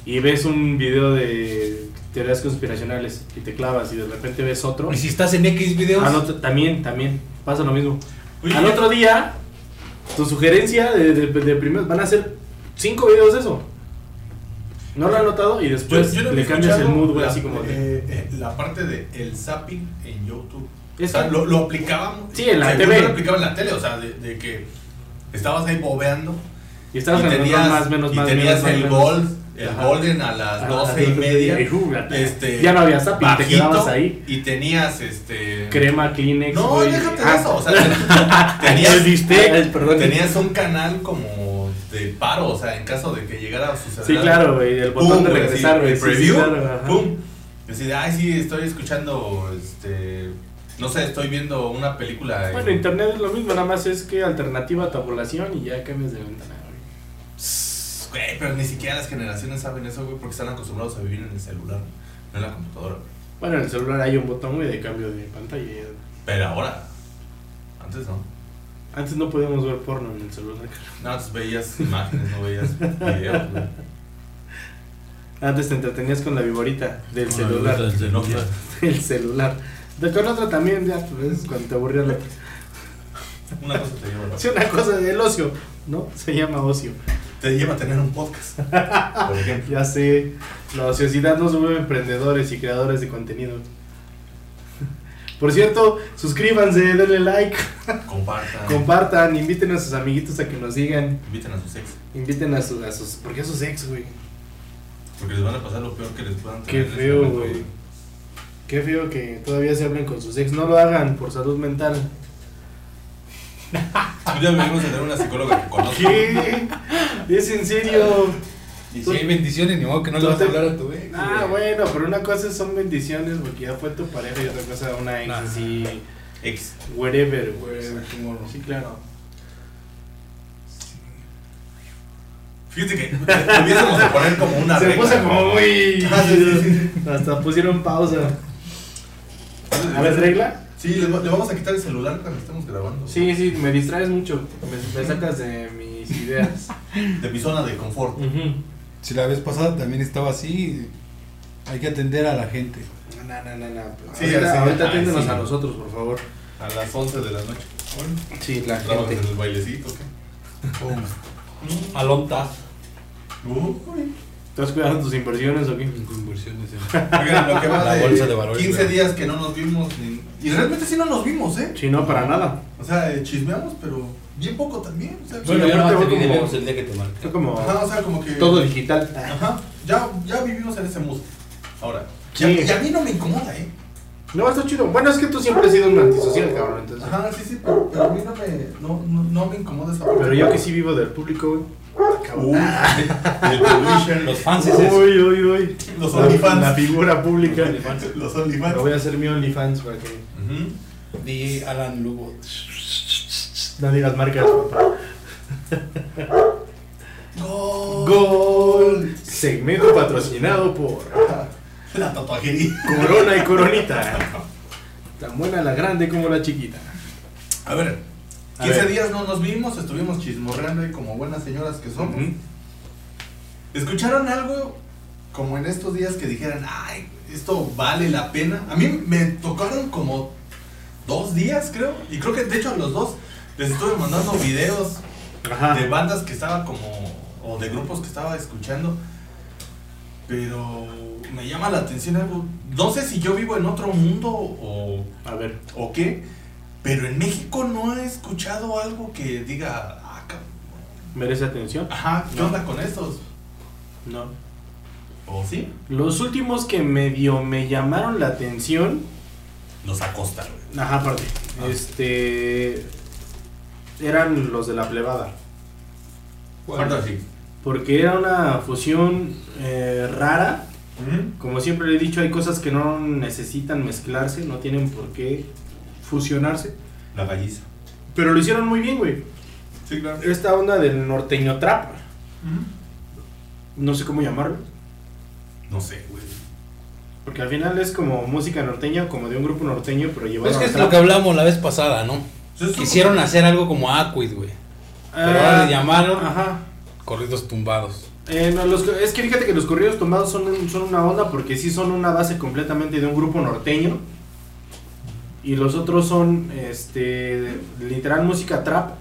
Speaker 1: y ves un video de teorías conspiracionales y te clavas y de repente ves otro.
Speaker 4: Y si estás en X videos.
Speaker 1: Al otro- también, también. Pasa lo mismo.
Speaker 2: Oye,
Speaker 1: Al otro día, tu sugerencia de, de, de primero van a ser cinco videos de eso. No lo han notado y
Speaker 2: yo-
Speaker 1: después
Speaker 2: yo no
Speaker 1: le
Speaker 2: había
Speaker 1: cambias el
Speaker 2: escuchado
Speaker 1: mood, güey,
Speaker 2: la-
Speaker 1: así como de.
Speaker 2: eh, eh, la parte de el zapping en YouTube.
Speaker 1: Es
Speaker 2: o sea,
Speaker 1: que-
Speaker 2: ah, lo, lo aplicábamos.
Speaker 1: Sí, en la
Speaker 2: según
Speaker 1: TV.
Speaker 2: yo Lo aplicaba en la tele, o sea, de, de que estabas ahí bobeando.
Speaker 1: Y estabas
Speaker 2: y
Speaker 1: renovando
Speaker 2: tenías,
Speaker 1: más, menos,
Speaker 2: y
Speaker 1: más,
Speaker 2: tenías
Speaker 1: menos, más,
Speaker 2: el
Speaker 1: menos.
Speaker 2: gol, el
Speaker 1: Ajá.
Speaker 2: golden a las
Speaker 1: Ah,
Speaker 2: doce y
Speaker 1: sí,
Speaker 2: media.
Speaker 1: y, uh, la-
Speaker 2: Este,
Speaker 1: ya no había zapping, te
Speaker 2: bajito,
Speaker 1: quedabas ahí.
Speaker 2: Y tenías este.
Speaker 1: Crema, Kleenex.
Speaker 2: No,
Speaker 1: güey.
Speaker 2: déjate
Speaker 1: Ah,
Speaker 2: de eso. O sea, <laughs> tenías,
Speaker 1: el bistec, el- perdón.
Speaker 2: tenías un canal como de paro, o sea, en caso de que llegara a suceder.
Speaker 1: Sí,
Speaker 2: algo,
Speaker 1: claro, güey. El
Speaker 2: pum,
Speaker 1: botón de
Speaker 2: güey,
Speaker 1: regresar,
Speaker 2: así,
Speaker 1: güey.
Speaker 2: el
Speaker 1: sí, sí,
Speaker 2: preview,
Speaker 1: claro, ajá.
Speaker 2: pum. Así de, ay, sí, estoy escuchando, este, no sé, estoy viendo una película. en-
Speaker 1: Bueno, internet es lo mismo, nada más es que alternativa a tabulación y ya cambias de ventana, güey.
Speaker 2: Pss, Güey, pero ni siquiera las generaciones saben eso, güey, porque están acostumbrados a vivir en el celular, no en la computadora.
Speaker 1: Bueno, en el celular hay un botón güey, de cambio de pantalla.
Speaker 2: Pero ahora, antes no.
Speaker 1: Antes no podíamos ver porno en el celular.
Speaker 2: No, antes veías imágenes, no veías videos, güey.
Speaker 1: Antes te entretenías con la viborita del
Speaker 4: Con la
Speaker 1: celular.
Speaker 4: viborita
Speaker 2: De Nokia.
Speaker 1: Del celular. De con otra también, ya, pues es cuando te aburría la
Speaker 2: Una cosa te lleva a la
Speaker 1: Sí, una cosa del ocio, ¿no? Se llama ocio.
Speaker 2: Te lleva a tener un podcast, por ejemplo.
Speaker 1: Ya sé, la ociosidad nos vuelve emprendedores y creadores de contenido. <laughs> Por cierto, suscríbanse, denle like,
Speaker 4: Ah.
Speaker 2: Compartan.
Speaker 1: compartan, inviten a sus amiguitos a que nos digan.
Speaker 2: Inviten a sus ex.
Speaker 1: Inviten a, su- a sus. ¿Por qué a sus ex, güey?
Speaker 2: Porque les van a pasar lo peor que les puedan
Speaker 1: Qué
Speaker 2: en ese
Speaker 1: feo,
Speaker 2: momento,
Speaker 1: güey. Qué feo que todavía se hablen con sus ex. No lo hagan por salud mental.
Speaker 2: Tú ya venimos a tener una psicóloga que conozco.
Speaker 1: ¿Qué? <laughs> ¿Es en serio?
Speaker 4: Y si hay bendiciones, ni modo que no le
Speaker 1: Tú
Speaker 4: vas
Speaker 1: te-
Speaker 4: a hablar a tu ex.
Speaker 1: Ah,
Speaker 4: güey.
Speaker 1: bueno, pero una cosa son bendiciones porque ya fue tu pareja y otra cosa una ex
Speaker 4: Nah.
Speaker 1: así,
Speaker 2: Ex.
Speaker 1: wherever, güey.
Speaker 4: Wherever, tomorrow.
Speaker 1: Pues, Sí, claro.
Speaker 2: Fíjate que tuviésemos que poner como una
Speaker 1: Se
Speaker 2: regla.
Speaker 1: puso como muy...
Speaker 2: Ah, sí, sí, sí.
Speaker 1: <laughs> Hasta pusieron pausa. ¿A ver, regla?
Speaker 2: Sí, le, va- le vamos a quitar el celular cuando estemos grabando.
Speaker 1: Sí, sí, me distraes mucho. Me, me sacas de mis ideas.
Speaker 2: De mi zona de confort.
Speaker 1: Ujú.
Speaker 3: Si la vez pasada también estaba así, hay que atender a la gente.
Speaker 1: No, no, no, no.
Speaker 2: Sí,
Speaker 1: ahorita
Speaker 2: así,
Speaker 1: ahorita
Speaker 2: ay,
Speaker 1: atiéndenos
Speaker 2: sí.
Speaker 1: a nosotros, por favor.
Speaker 2: A las 11 de la noche. Bueno,
Speaker 1: Sí, la
Speaker 2: grabamos en el bailecito, ¿qué?
Speaker 4: Alonta.
Speaker 2: Uy.
Speaker 1: ¿Estás cuidando tus inversiones o qué?
Speaker 4: Conversiones.
Speaker 1: <laughs>
Speaker 4: <laughs>
Speaker 2: Oigan, lo que va
Speaker 4: La
Speaker 2: de,
Speaker 4: bolsa de valores,
Speaker 2: 15
Speaker 4: güey.
Speaker 2: días que no nos vimos. ni- Y realmente sí no nos vimos, ¿eh?
Speaker 1: Sí, no, para nada.
Speaker 2: O sea, eh, chismeamos, pero bien poco también. O sea,
Speaker 4: Bueno,
Speaker 1: Sí,
Speaker 4: ya
Speaker 1: aparte
Speaker 4: no
Speaker 1: fue
Speaker 4: te
Speaker 1: como-
Speaker 4: vemos el día que te marca.
Speaker 1: Fue como
Speaker 2: ajá, o sea, como que.
Speaker 1: todo digital.
Speaker 2: Ajá, ya, ya vivimos en ese mood. Ahora,
Speaker 1: Sí.
Speaker 2: y a, y a mí no me incomoda, ¿eh?
Speaker 1: No, está chido. Bueno, es que tú siempre has sido un antisocial, cabrón, entonces.
Speaker 2: Ajá, sí, sí, pero, pero a mí no me, no, no, no me incomoda esa parte.
Speaker 1: Pero yo que sí vivo del público, güey.
Speaker 2: <laughs> Uy,
Speaker 1: <laughs> Cabrón.
Speaker 2: el publisher,
Speaker 4: Los
Speaker 2: los,
Speaker 4: fans es eso.
Speaker 1: Uy, uy, uy.
Speaker 2: Los
Speaker 1: La-
Speaker 2: OnlyFans.
Speaker 1: La figura pública. Lo
Speaker 2: los OnlyFans.
Speaker 1: voy a hacer mi OnlyFans para que
Speaker 2: Ujú.
Speaker 4: DJ Alan Lugo.
Speaker 1: no digas marcas, papá.
Speaker 2: ¡Gol!
Speaker 1: Gol. Segmento patrocinado por
Speaker 2: La tatuajería.
Speaker 1: Corona y Coronita. Tan buena la grande como la chiquita.
Speaker 2: A ver,
Speaker 1: A
Speaker 2: 15
Speaker 1: ver.
Speaker 2: días no nos vimos, estuvimos chismorreando ahí como buenas señoras que somos.
Speaker 1: Ujú.
Speaker 2: ¿Escucharon algo como en estos días que dijeran, ay, esto vale la pena? A mí me tocaron como dos días, creo. Y creo que, de hecho, a los dos les estuve mandando videos
Speaker 1: Ajá.
Speaker 2: de bandas que estaba como, o de grupos que estaba escuchando. Pero me llama la atención algo. No sé si yo vivo en otro mundo o
Speaker 1: A ver.
Speaker 2: o qué, pero en México no he escuchado algo que diga, ah, cabrón,
Speaker 1: ¿Merece atención?
Speaker 2: ajá, ¿qué
Speaker 1: No.
Speaker 2: onda con estos?
Speaker 1: No.
Speaker 2: ¿O sí?
Speaker 1: Los últimos que medio me llamaron la atención.
Speaker 2: Nos acostan.
Speaker 1: Ajá, aparte.
Speaker 2: Ah.
Speaker 1: Este. Eran los de la plebada.
Speaker 2: Bueno, sí.
Speaker 1: Porque era una fusión eh, rara. Como siempre le he dicho, hay cosas que no necesitan mezclarse, no tienen por qué fusionarse.
Speaker 2: La galliza.
Speaker 1: Pero lo hicieron muy bien, güey.
Speaker 2: Sí, claro.
Speaker 1: Esta onda del norteño trap,
Speaker 2: Ujú.
Speaker 1: no sé cómo llamarlo,
Speaker 2: No sé, güey.
Speaker 1: porque al final es como música norteña, como de un grupo norteño, pero llevado
Speaker 4: Es que
Speaker 1: al
Speaker 4: es
Speaker 1: trap.
Speaker 4: lo que hablamos la vez pasada, ¿no?
Speaker 2: Eso es
Speaker 4: Quisieron hacer algo como Aquid, güey.
Speaker 1: Ah,
Speaker 4: Pero ahora le llamaron
Speaker 1: Ajá.
Speaker 4: corridos tumbados.
Speaker 1: Eh, no, los- es que fíjate que los corridos tomados son, un- son una onda porque sí son una base completamente de un grupo norteño. Y los otros son, este, literal música trap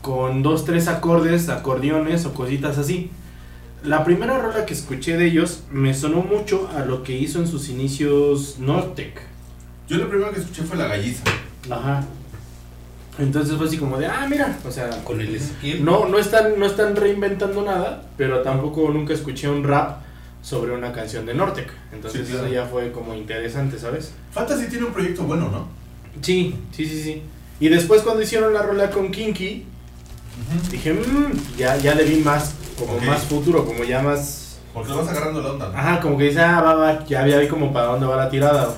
Speaker 1: con dos, tres acordes, acordeones o cositas así. La primera rola que escuché de ellos me sonó mucho a lo que hizo en sus inicios Nortec.
Speaker 2: Yo lo primero que escuché fue la galliza.
Speaker 1: Ajá. Entonces fue así como de, ah, mira, o sea,
Speaker 4: Con el Ezequiel.
Speaker 1: no, no están, no están reinventando nada, pero tampoco nunca escuché un rap sobre una canción de Nortec. Entonces
Speaker 2: Sí, claro.
Speaker 1: eso ya fue como interesante, ¿sabes?
Speaker 2: Fantasy tiene un proyecto bueno, ¿no?
Speaker 1: Sí, sí, sí, sí. Y después cuando hicieron la rola con Kinky, dije, "Mm, ya, ya le vi más, como
Speaker 2: Ok.
Speaker 1: más futuro, como ya más...
Speaker 2: Porque lo vas agarrando la onda, ¿no?
Speaker 1: Ajá, como que dice, ah, va, va, ya, ya vi como para dónde va la tirada.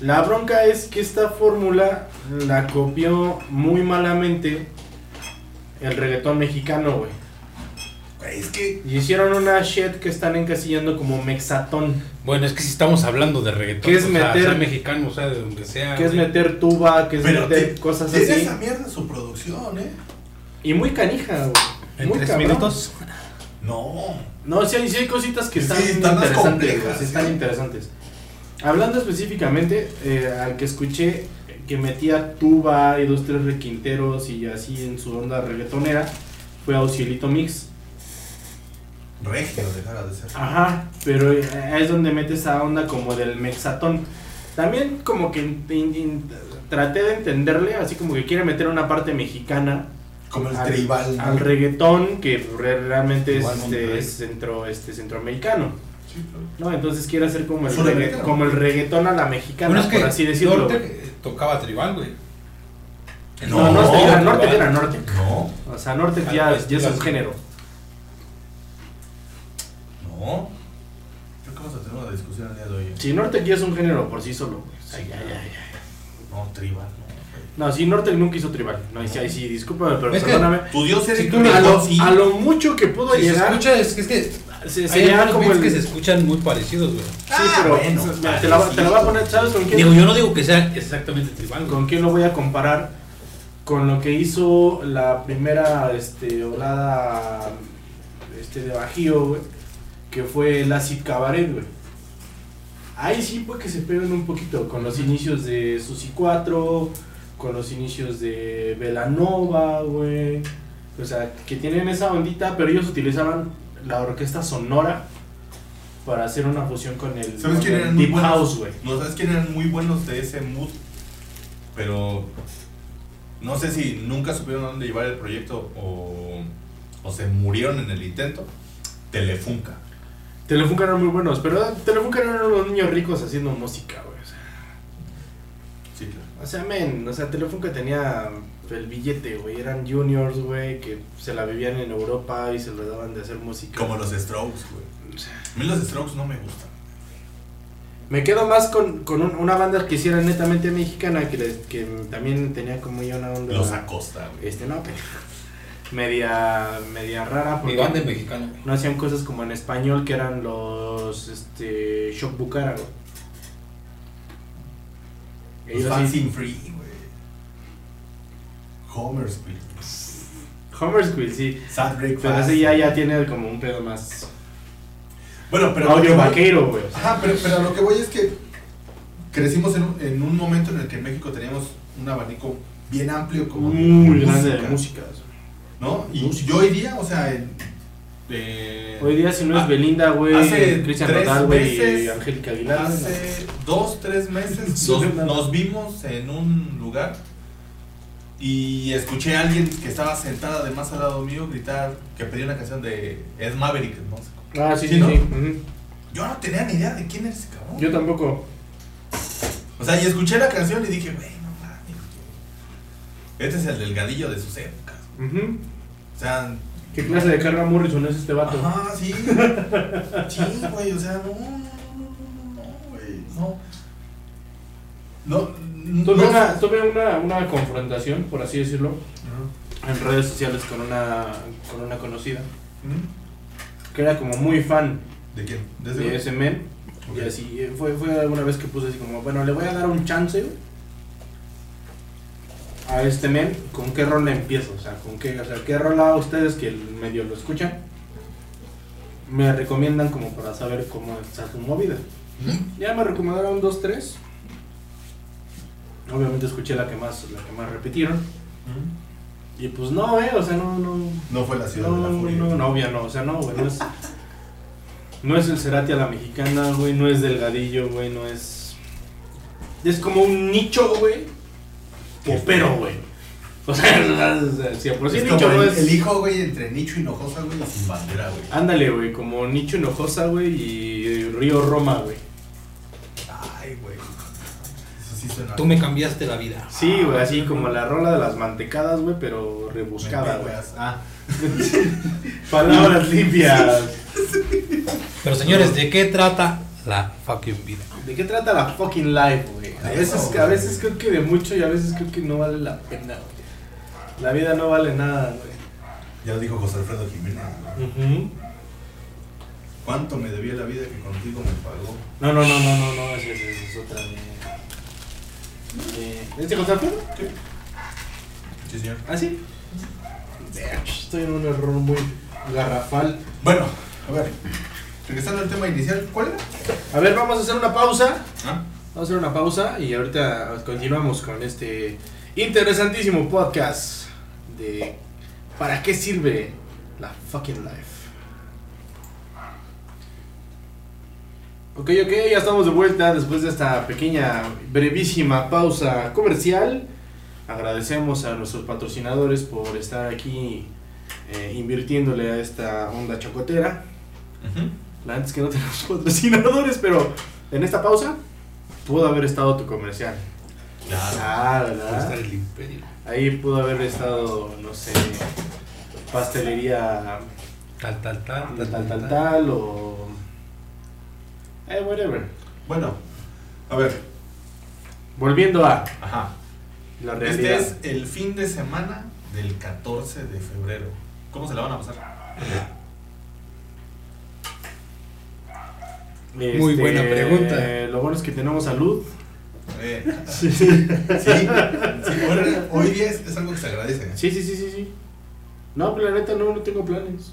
Speaker 1: La bronca es que esta fórmula la copió muy malamente el reggaetón mexicano, güey.
Speaker 2: Güey, es que.
Speaker 1: Y hicieron una shit que están encasillando como mexatón.
Speaker 4: Bueno, es que si estamos hablando de reggaetón,
Speaker 1: ¿Qué es
Speaker 4: o sea,
Speaker 1: meter?
Speaker 4: ser mexicano, o sea, de donde sea.
Speaker 1: Que es
Speaker 4: güey.
Speaker 1: meter tuba, que es
Speaker 2: Pero
Speaker 1: meter
Speaker 2: te-
Speaker 1: cosas
Speaker 2: es
Speaker 1: así.
Speaker 2: esa mierda su producción, ¿eh?
Speaker 1: Y muy canija, güey.
Speaker 4: En
Speaker 1: Muy
Speaker 4: tres
Speaker 1: cabrón.
Speaker 4: minutos.
Speaker 2: No.
Speaker 1: No, sí hay, sí hay cositas que
Speaker 2: Sí,
Speaker 1: están,
Speaker 2: están más
Speaker 1: interesantes.
Speaker 2: complejas,
Speaker 1: güey, sí
Speaker 2: sí.
Speaker 1: están interesantes. Hablando específicamente, eh, al que escuché que metía tuba y dos, tres requinteros y así en su onda reggaetonera, fue Auxilito Mix.
Speaker 2: Regio dejara de ser.
Speaker 1: Ajá, pero eh, es donde metes esa onda como del mexatón. También como que in- in- in- traté de entenderle, así como que quiere meter una parte mexicana
Speaker 2: Como el
Speaker 1: al,
Speaker 2: tribal. ¿no?
Speaker 1: al reggaetón que re- realmente es,
Speaker 2: Igual
Speaker 1: este,
Speaker 2: Monterrey.
Speaker 1: es centro, este, centroamericano.
Speaker 2: Sí, claro.
Speaker 1: ¿no? Entonces quiere hacer como el, regga-
Speaker 2: Sudamericano.
Speaker 1: como el reggaetón a la mexicana,
Speaker 3: Bueno, es que
Speaker 1: por así decirlo.
Speaker 3: Norte
Speaker 1: güey.
Speaker 3: eh, tocaba tribal, güey.
Speaker 1: No, no,
Speaker 2: No,
Speaker 1: era
Speaker 3: tribal.
Speaker 1: norte, era norte.
Speaker 2: No,
Speaker 1: O sea, norte
Speaker 3: Ah,
Speaker 1: ya,
Speaker 3: pues,
Speaker 1: ya es
Speaker 3: claro.
Speaker 1: un género.
Speaker 2: no. Creo que vamos a tener una discusión el día de hoy. ¿eh?
Speaker 1: Si norte ya es un género por sí solo. güey. Ay, ay, ay, ay.
Speaker 2: No, tribal. no.
Speaker 1: No, sí, Norte nunca hizo tribal. No, y sí, ahí sí, discúlpame, pero
Speaker 4: Es que-
Speaker 1: perdóname.
Speaker 2: Tu dios eres
Speaker 4: Si tú
Speaker 2: un
Speaker 4: no-
Speaker 1: A lo,
Speaker 2: dios, sí.
Speaker 1: a lo mucho que pudo
Speaker 4: Si se
Speaker 1: llegar,
Speaker 4: escucha, es que, es que
Speaker 1: se-
Speaker 4: hay
Speaker 1: sería
Speaker 4: algunos
Speaker 1: como
Speaker 4: beats
Speaker 1: el.
Speaker 4: que se escuchan muy parecidos, güey.
Speaker 1: Sí, pero
Speaker 2: bueno,
Speaker 1: o sea, mira, te, la, va- te la voy a poner, ¿sabes con quién?
Speaker 4: Digo, yo no digo que sea exactamente tribal, güey.
Speaker 1: ¿Con quién lo voy a comparar? Con lo que hizo la primera este, olada este, de Bajío, güey, que fue el Acid Cabaret, güey. Ahí sí fue que se pegan un poquito con los inicios de Susi 4, con los inicios de Velanova, güey. O sea, que tienen esa ondita, pero ellos utilizaban la orquesta sonora para hacer una fusión con el, con
Speaker 2: ¿Sabes quién
Speaker 1: el
Speaker 2: eran muy
Speaker 1: Deep
Speaker 2: buenos?
Speaker 1: House, güey.
Speaker 2: No sabes quién eran muy buenos de ese mood. Pero no sé si nunca supieron a dónde llevar el proyecto o, o se murieron en el intento. Telefunca.
Speaker 1: Telefunken eran muy buenos, pero Telefunken eran unos niños ricos haciendo música, güey. o sea.
Speaker 2: Sí, claro.
Speaker 1: O sea, men, o sea, Telefunken tenía el billete, güey. Eran juniors, güey, que se la vivían en Europa y se lo daban de hacer música.
Speaker 2: Como los Strokes, güey.
Speaker 1: O sea,
Speaker 2: A mí los Strokes no me gustan.
Speaker 1: Me quedo más con, con un- una banda que hiciera netamente mexicana, que, les- que también tenía como ya una onda... Eh,
Speaker 2: Los Acosta, güey.
Speaker 1: Este no, pero... <laughs> media, media rara.
Speaker 5: Mi
Speaker 1: Porque
Speaker 5: banda es mexicana, güey.
Speaker 1: no hacían cosas como en español que eran los este, Shock Bucara, güey.
Speaker 2: Los
Speaker 1: Ellos
Speaker 2: fans
Speaker 1: sí-
Speaker 2: in free, güey. Homer's, güey.
Speaker 1: Homer Squill, sí.
Speaker 2: Sad
Speaker 1: Pero
Speaker 2: Breakfast.
Speaker 1: ese ya, ya tiene como un pedo más.
Speaker 2: Bueno, pero.
Speaker 1: Pero audio
Speaker 2: lo que voy-
Speaker 1: vaquero, güey.
Speaker 2: Ajá, pero, pero a lo que voy es que crecimos en un, en un momento en el que en México teníamos un abanico bien amplio como. de
Speaker 1: Muy grande de música.
Speaker 2: música, ¿No? Y
Speaker 1: Música.
Speaker 2: yo hoy día, o sea. en- de-
Speaker 1: Hoy día, si no es
Speaker 2: Ah,
Speaker 1: Belinda, güey,
Speaker 2: hace
Speaker 1: Cristian
Speaker 2: tres
Speaker 1: Rodal, güey, y
Speaker 2: meses-
Speaker 1: Angélica Aguilar.
Speaker 2: Hace dos, tres
Speaker 1: <laughs>
Speaker 2: meses
Speaker 1: Sí,
Speaker 2: nos,
Speaker 1: nada.
Speaker 2: nos vimos en un lugar y escuché a alguien que estaba sentada de más al lado mío gritar que pedía una canción de Ed Maverick. ¿no?
Speaker 1: Ah, sí,
Speaker 2: Sí,
Speaker 1: sí, sí.
Speaker 2: ¿no?
Speaker 1: Ujú.
Speaker 2: Yo no tenía ni idea de quién era ese cabrón.
Speaker 1: Yo tampoco.
Speaker 2: O sea, y escuché la canción y dije, güey, no mames. Este es el delgadillo de sus épocas.
Speaker 1: Ujú.
Speaker 2: O sea,
Speaker 1: ¿Qué clase de Carla Morrison es este vato?
Speaker 2: ajá, sí. Sí, güey, o sea, no, no, no, no, no, güey, no. No, no,
Speaker 1: Tuve, una, tuve una, una confrontación, por así decirlo, en redes sociales con una, con una conocida,
Speaker 2: ¿Mm?
Speaker 1: que era como muy fan
Speaker 2: ¿De quién? ¿De ese
Speaker 1: de
Speaker 2: güey?
Speaker 1: ese men.
Speaker 2: Ok.
Speaker 1: Y así, eh, fue, fue alguna vez que puse así como, bueno, le voy a dar un chance güey, a este men, ¿con qué rola empiezo? O sea, ¿con qué, o sea, qué rola ustedes que medio lo escuchan me recomiendan como para saber cómo está su movida? Ya me recomendaron dos, tres. Obviamente escuché la que más, la que más repitieron.
Speaker 2: ¿Mm?
Speaker 1: Y pues no, eh, o sea, no, no,
Speaker 2: No fue la ciudad
Speaker 1: no,
Speaker 2: de la
Speaker 1: no,
Speaker 2: furia.
Speaker 1: no, no, obvia no, o sea, no, güey, no es, no es el Cerati a la mexicana, güey, no es Delgadillo, güey, no es, es como un nicho, güey, popero, güey, o sea, <laughs> o sea, si a por sí
Speaker 2: Este, Es
Speaker 1: el
Speaker 2: como
Speaker 1: nicho no
Speaker 2: el,
Speaker 1: es,
Speaker 2: el hijo, güey, entre Nicho y Hinojosa, güey, y sin bandera, güey.
Speaker 1: ándale, güey, como nicho enojosa, güey, y Río Roma, güey,
Speaker 2: Ay, güey. Eso sí suena.
Speaker 5: Tú me cambiaste la vida.
Speaker 1: sí,
Speaker 2: Ah,
Speaker 1: güey, así como la rola de las mantecadas, güey, pero rebuscada,
Speaker 2: Me
Speaker 1: güey,
Speaker 2: pegas. Ah,
Speaker 1: <laughs> palabras limpias,
Speaker 5: Pero señores, ¿de qué trata la fucking vida?
Speaker 1: ¿de qué trata la fucking life, güey? A veces,
Speaker 2: Eso,
Speaker 1: a
Speaker 2: güey.
Speaker 1: veces creo que de mucho y a veces creo que no vale la pena, güey. La vida no vale nada, güey.
Speaker 2: ya lo dijo José Alfredo Jiménez. güey. ¿Cuánto me debía la vida que contigo me pagó?
Speaker 1: No, no, no, no, no, no, esa es, esa es otra de... de- ¿Este José Alfredo?
Speaker 2: Sí, señor.
Speaker 1: ¿Ah, sí? Estoy en un error muy garrafal.
Speaker 2: Bueno, a ver. Regresando al tema inicial, ¿cuál era?
Speaker 1: A ver, vamos a hacer una pausa.
Speaker 2: Ah,
Speaker 1: Vamos a hacer una pausa y ahorita continuamos con este interesantísimo podcast de ¿Para qué sirve la fucking life? Ok, ok, ya estamos de vuelta después de esta pequeña, brevísima pausa comercial. Agradecemos a nuestros patrocinadores por estar aquí eh, invirtiéndole a esta onda chocotera. La antes que no <laughs> tenemos patrocinadores, pero en esta pausa pudo haber estado tu comercial.
Speaker 2: Claro.
Speaker 1: Ah,
Speaker 3: Pues
Speaker 5: Para estar
Speaker 1: ¿verdad?
Speaker 5: el imperio.
Speaker 1: Ahí pudo haber estado, no sé, pastelería
Speaker 5: Tal, tal, tal,
Speaker 1: tal, tal, tal, tal, o... Eh, whatever.
Speaker 2: Bueno, a ver.
Speaker 1: Volviendo a
Speaker 2: Ajá.
Speaker 1: la
Speaker 2: Este
Speaker 1: realidad.
Speaker 2: es el fin de semana del 14 de febrero. ¿Cómo se la van a pasar?
Speaker 5: Muy buena pregunta.
Speaker 1: Este, Lo bueno es que tenemos salud.
Speaker 2: Eh,
Speaker 1: Sí, sí,
Speaker 2: sí, sí, hoy, hoy día es, es algo que se agradece.
Speaker 1: sí, sí, sí, sí. No, pero la neta no, no tengo planes.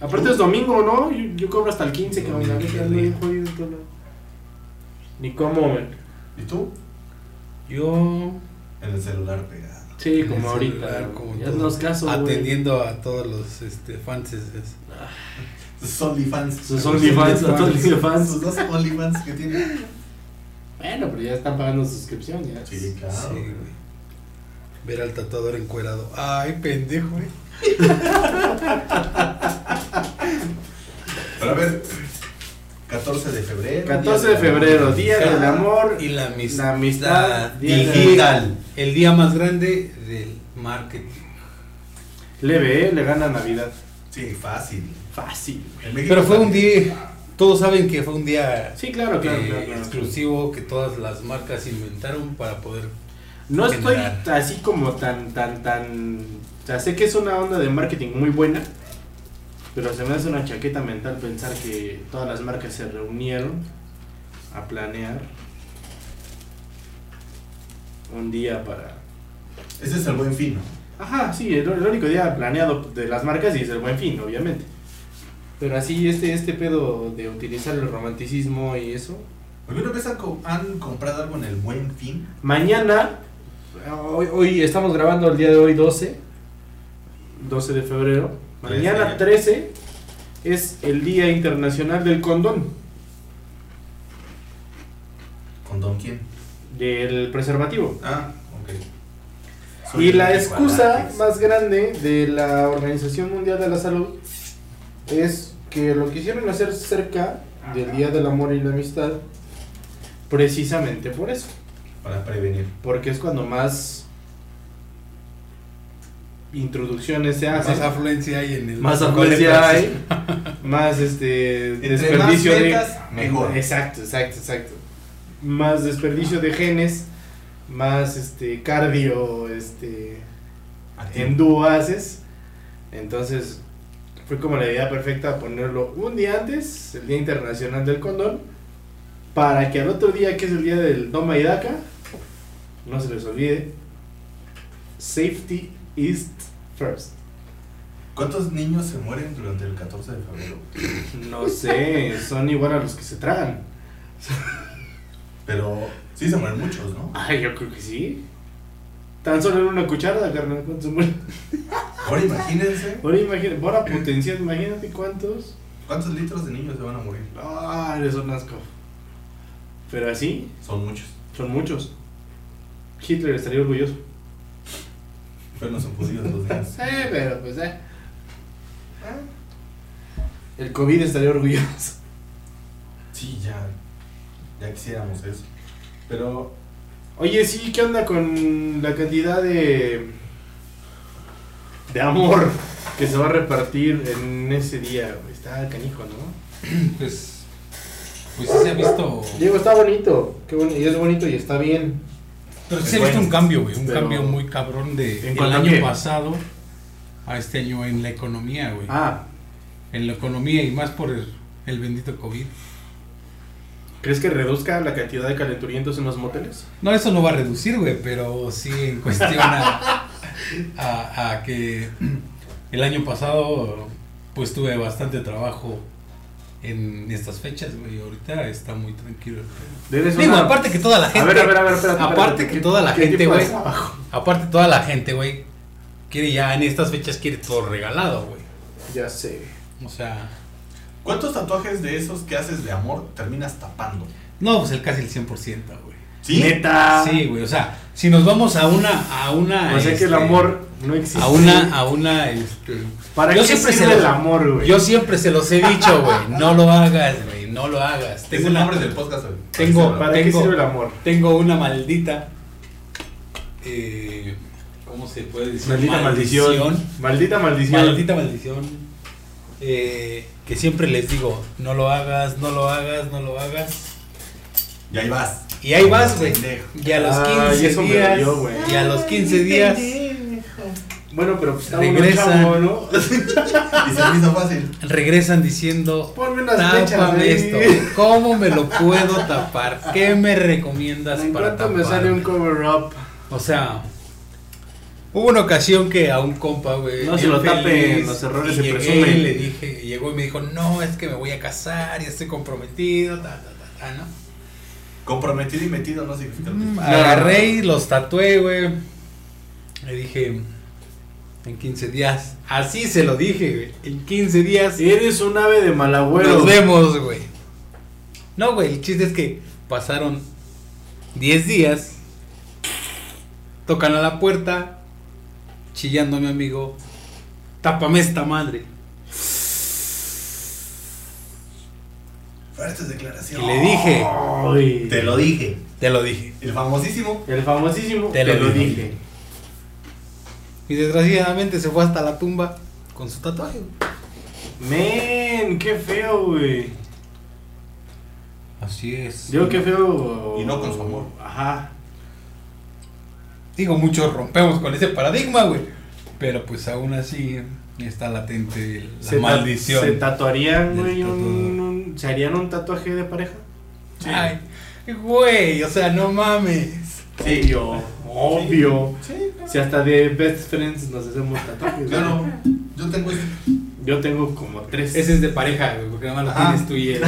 Speaker 1: Aparte es domingo, ¿no? Yo, yo cobro hasta el 15, que me
Speaker 5: Domingo,
Speaker 1: neta,
Speaker 5: qué
Speaker 1: no he
Speaker 5: rico.
Speaker 1: jodido todo. Ni cómo, güey.
Speaker 2: ¿Y tú?
Speaker 5: Yo
Speaker 2: En el celular pegado.
Speaker 1: Sí,
Speaker 5: en
Speaker 1: como
Speaker 5: el
Speaker 1: ahorita.
Speaker 5: celular, como
Speaker 1: ya
Speaker 5: todo,
Speaker 1: nos caso, güey.
Speaker 5: Atendiendo a todos los este, fans. es- es-
Speaker 2: Sus OnlyFans.
Speaker 1: Sus OnlyFans, a todos los fans.
Speaker 2: Sus dos OnlyFans que tiene.
Speaker 1: Bueno, pero ya están pagando suscripción, ya.
Speaker 2: Sí, claro.
Speaker 5: sí, güey. Ver al tatuador encuerado. Ay, pendejo, güey.
Speaker 2: Pero a ver, 14 de febrero.
Speaker 1: 14 de
Speaker 2: día la-
Speaker 1: febrero, día del amor.
Speaker 5: Y la amistad.
Speaker 1: La amistad, día de-
Speaker 5: digital. El día más grande del marketing.
Speaker 1: Leve, ¿eh? Le gana Navidad.
Speaker 2: Sí, fácil.
Speaker 1: Fácil.
Speaker 2: En México
Speaker 5: Pero fue un
Speaker 2: también.
Speaker 5: día. Todos saben que fue un día
Speaker 1: Sí, claro, claro,
Speaker 5: eh,
Speaker 1: claro, claro.
Speaker 5: exclusivo que todas las marcas inventaron para poder
Speaker 1: No estoy
Speaker 5: general.
Speaker 1: así como tan, tan, tan sea, sé que es una onda de marketing muy buena, pero se me hace una chaqueta mental pensar que todas las marcas se reunieron a planear un día para...
Speaker 2: Ese es el buen fin, ¿no?
Speaker 1: Ajá, sí, el, el único día planeado de las marcas y es el buen fin, obviamente. Pero así, este, este pedo de utilizar el romanticismo y eso,
Speaker 2: ¿Alguna vez han, co- han comprado algo en el buen fin?
Speaker 1: Mañana, hoy, hoy estamos grabando el día de hoy 12, 12 de febrero. Mañana 13 es el Día Internacional del Condón,
Speaker 2: ¿Con don quién?
Speaker 1: del preservativo.
Speaker 2: Ah, ok.
Speaker 1: Y
Speaker 2: Soy
Speaker 1: la
Speaker 2: un
Speaker 1: excusa
Speaker 2: desbalance.
Speaker 1: más grande de la Organización Mundial de la Salud es que lo quisieron hacer cerca del Día del Amor y la Amistad precisamente por eso.
Speaker 2: Para prevenir.
Speaker 1: Porque es cuando más introducciones se hacen.
Speaker 5: Más afluencia hay en el.
Speaker 1: más
Speaker 5: ¿Cuál
Speaker 1: afluencia
Speaker 5: es?
Speaker 1: hay, <laughs> más este
Speaker 2: Entre
Speaker 1: desperdicio
Speaker 2: más
Speaker 1: de
Speaker 2: metas, mejor.
Speaker 1: Exacto, exacto, exacto. Más desperdicio de genes, más este cardio este enduro haces. Entonces, fue como la idea perfecta ponerlo un día antes, el Día Internacional del Condón, para que al otro día, que es el día del Doma y Daca, no se les olvide, safety is first.
Speaker 2: ¿Cuántos niños se mueren durante el 14 de febrero?
Speaker 1: No sé, son igual a los que se tragan.
Speaker 2: Pero sí se mueren muchos, ¿no?
Speaker 1: Ay, Ah, yo creo que sí. Tan solo en una cucharada, carnal, ¿cuántos se mueren?
Speaker 2: Ahora imagínense
Speaker 1: Ahora imagínate, ahora potencial, imagínate cuántos.
Speaker 2: cuántos litros de niños se van a morir.
Speaker 1: Ah, eres un asco. Pero así,
Speaker 2: Son muchos.
Speaker 1: son muchos. Hitler estaría orgulloso.
Speaker 2: Pero no son judíos los niños.
Speaker 1: Sí, pero pues, eh. El COVID estaría orgulloso.
Speaker 2: Sí, ya. Ya quisiéramos eso. Pero
Speaker 1: Oye, sí, ¿qué onda con la cantidad de. de amor que se va a repartir en ese día? güey? Está canijo, ¿no?
Speaker 3: Pues, pues sí se ha visto.
Speaker 1: Digo, está bonito. Qué bueno, y es bonito y está bien.
Speaker 3: Pero sí
Speaker 2: Es
Speaker 3: se ha visto
Speaker 2: bueno.
Speaker 3: un cambio, güey. Un
Speaker 1: Pero-
Speaker 3: cambio muy cabrón de
Speaker 1: ¿En
Speaker 3: el
Speaker 1: cuanto a
Speaker 3: año
Speaker 1: qué?
Speaker 3: pasado a este año en la economía, güey.
Speaker 1: Ah,
Speaker 3: En la economía y más por el, el bendito COVID.
Speaker 1: ¿crees que reduzca la cantidad de calenturientos en los moteles?
Speaker 3: No, eso no va a reducir, güey, pero sí en cuestión
Speaker 1: <laughs>
Speaker 3: a, a- a que el año pasado pues tuve bastante trabajo en estas fechas, güey. Ahorita está muy tranquilo. el pedo.
Speaker 1: Debes
Speaker 3: Digo,
Speaker 1: una-
Speaker 3: aparte que toda la gente...
Speaker 1: A ver, a ver, a ver, espérate,
Speaker 3: aparte
Speaker 1: espérate,
Speaker 3: que
Speaker 1: ¿qué-
Speaker 3: toda la
Speaker 1: qué
Speaker 3: gente,
Speaker 1: tipo de
Speaker 3: güey. ah,
Speaker 1: trabajo?
Speaker 3: Aparte toda la gente, güey, quiere ya en estas fechas quiere todo regalado, güey.
Speaker 1: Ya sé.
Speaker 3: O sea,
Speaker 2: ¿cuántos tatuajes de esos que haces de amor terminas tapando?
Speaker 3: no, pues el casi el 100%, güey.
Speaker 2: ¿Sí?
Speaker 1: Neta.
Speaker 3: Sí, güey, o sea, si nos vamos a una a una
Speaker 1: Ah. O sea que
Speaker 3: este,
Speaker 1: el amor no existe.
Speaker 3: a una a una este,
Speaker 1: ¿Para
Speaker 3: yo
Speaker 1: qué
Speaker 3: siempre
Speaker 1: sirve
Speaker 3: se lo-
Speaker 1: el amor, güey?
Speaker 3: Yo siempre se los he
Speaker 1: <laughs>
Speaker 3: dicho, güey. No lo hagas, güey. No lo hagas.
Speaker 2: Es
Speaker 3: Tengo
Speaker 2: el
Speaker 3: una,
Speaker 2: nombre del podcast. güey.
Speaker 3: Tengo-
Speaker 1: ¿Para qué
Speaker 3: tengo-
Speaker 1: sirve el amor?
Speaker 3: tengo una maldita. eh, ¿Cómo se puede decir?
Speaker 1: Maldita maldición.
Speaker 3: Maldita maldición. eh, que siempre les digo, no lo hagas, no lo hagas, no lo hagas.
Speaker 2: Y ahí vas.
Speaker 3: Y ahí vas, güey.
Speaker 2: Pendejo.
Speaker 3: Y a los 15
Speaker 1: Ah, y eso me
Speaker 3: días.
Speaker 1: dolió, güey.
Speaker 3: y a los 15 días
Speaker 1: Bueno, pero pues, está uno
Speaker 3: Regresan.
Speaker 1: chavo, ¿no? <laughs>
Speaker 2: Y se me hizo fácil.
Speaker 3: regresan diciendo,
Speaker 1: Ponme unas flechas,
Speaker 3: Tápame
Speaker 1: güey.
Speaker 3: esto.
Speaker 1: <laughs>
Speaker 3: <laughs> ¿Cómo me lo puedo tapar? ¿Qué me recomiendas
Speaker 1: ¿En
Speaker 3: para
Speaker 1: cuánto
Speaker 3: tapar?
Speaker 1: me sale un cover up?
Speaker 3: O sea, hubo una ocasión que a un compa, güey.
Speaker 1: No se
Speaker 3: bien
Speaker 1: lo tapen,
Speaker 3: feliz,
Speaker 1: los errores
Speaker 3: y
Speaker 1: se
Speaker 3: llegué
Speaker 1: presumen.
Speaker 3: y le dije, y llegó y me dijo, no, es que me voy a casar y estoy comprometido, ta, ta, ta, ta, ¿no?
Speaker 2: Comprometido y metido no significa lo mismo.
Speaker 3: Agarré y los tatué, güey. Le dije, en 15 días. Así se lo dije, güey. En 15 días.
Speaker 1: Eres un ave de mal agüero.
Speaker 3: Nos vemos, güey. No, güey, el chiste es que pasaron 10 días. Tocan a la puerta, chillando a mi amigo. Tápame esta madre.
Speaker 2: Fuertes
Speaker 3: Y
Speaker 2: declaraciones.
Speaker 3: le dije,
Speaker 1: Ay.
Speaker 2: Te lo dije.
Speaker 3: te lo dije.
Speaker 2: El famosísimo.
Speaker 1: El famosísimo. Te,
Speaker 3: Te lo
Speaker 1: lo
Speaker 3: dije.
Speaker 1: dije.
Speaker 3: Y desgraciadamente se fue hasta la tumba con su tatuaje. güey.
Speaker 1: Men, qué feo, güey.
Speaker 3: Así es.
Speaker 1: Yo qué feo.
Speaker 2: Y no con su amor.
Speaker 1: Ajá.
Speaker 3: Digo, muchos rompemos con ese paradigma, güey. Pero pues aún así está latente la
Speaker 1: Se ta-
Speaker 3: maldición.
Speaker 1: ¿Se tatuarían,
Speaker 3: del
Speaker 1: güey? un-
Speaker 3: tatuador.
Speaker 1: un- ¿Se harían un tatuaje de pareja?
Speaker 3: Ay, güey, o sea, no mames.
Speaker 1: Sí. Obvio, obvio.
Speaker 2: Sí,
Speaker 1: Si hasta de best friends nos hacemos tatuajes.
Speaker 2: Yo
Speaker 1: güey.
Speaker 2: no. Yo tengo este.
Speaker 1: Yo tengo como tres.
Speaker 4: Ese es de pareja, güey, porque nada más lo
Speaker 2: Ajá.
Speaker 4: tienes tú y él.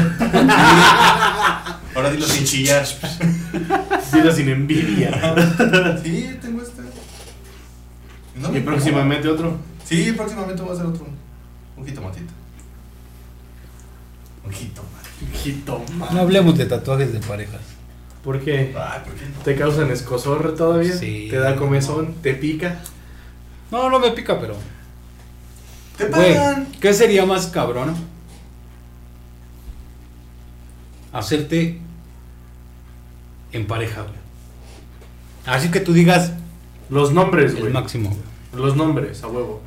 Speaker 2: Ahora dilo sin chillar.
Speaker 1: Dilo sin <laughs> envidia.
Speaker 2: <laughs> Sí, tengo este. No me
Speaker 1: Y próximamente otro.
Speaker 2: Sí, próximamente voy a hacer otro. Un jitomatito. Un jitomate.
Speaker 1: Jitoma.
Speaker 4: No hablemos de tatuajes de parejas.
Speaker 1: ¿Por qué?
Speaker 2: Ay, ¿por qué no?
Speaker 1: ¿Te causan escozor todavía?
Speaker 4: Sí.
Speaker 1: ¿Te da comezón? ¿Te pica?
Speaker 4: No, no me pica, pero.
Speaker 2: ¡Te
Speaker 4: Güey,
Speaker 2: pagan!
Speaker 4: ¿qué sería más cabrón? Hacerte en pareja, güey. Así que tú digas
Speaker 1: Los nombres,
Speaker 4: el
Speaker 1: güey.
Speaker 4: máximo, güey.
Speaker 1: Los nombres, a huevo.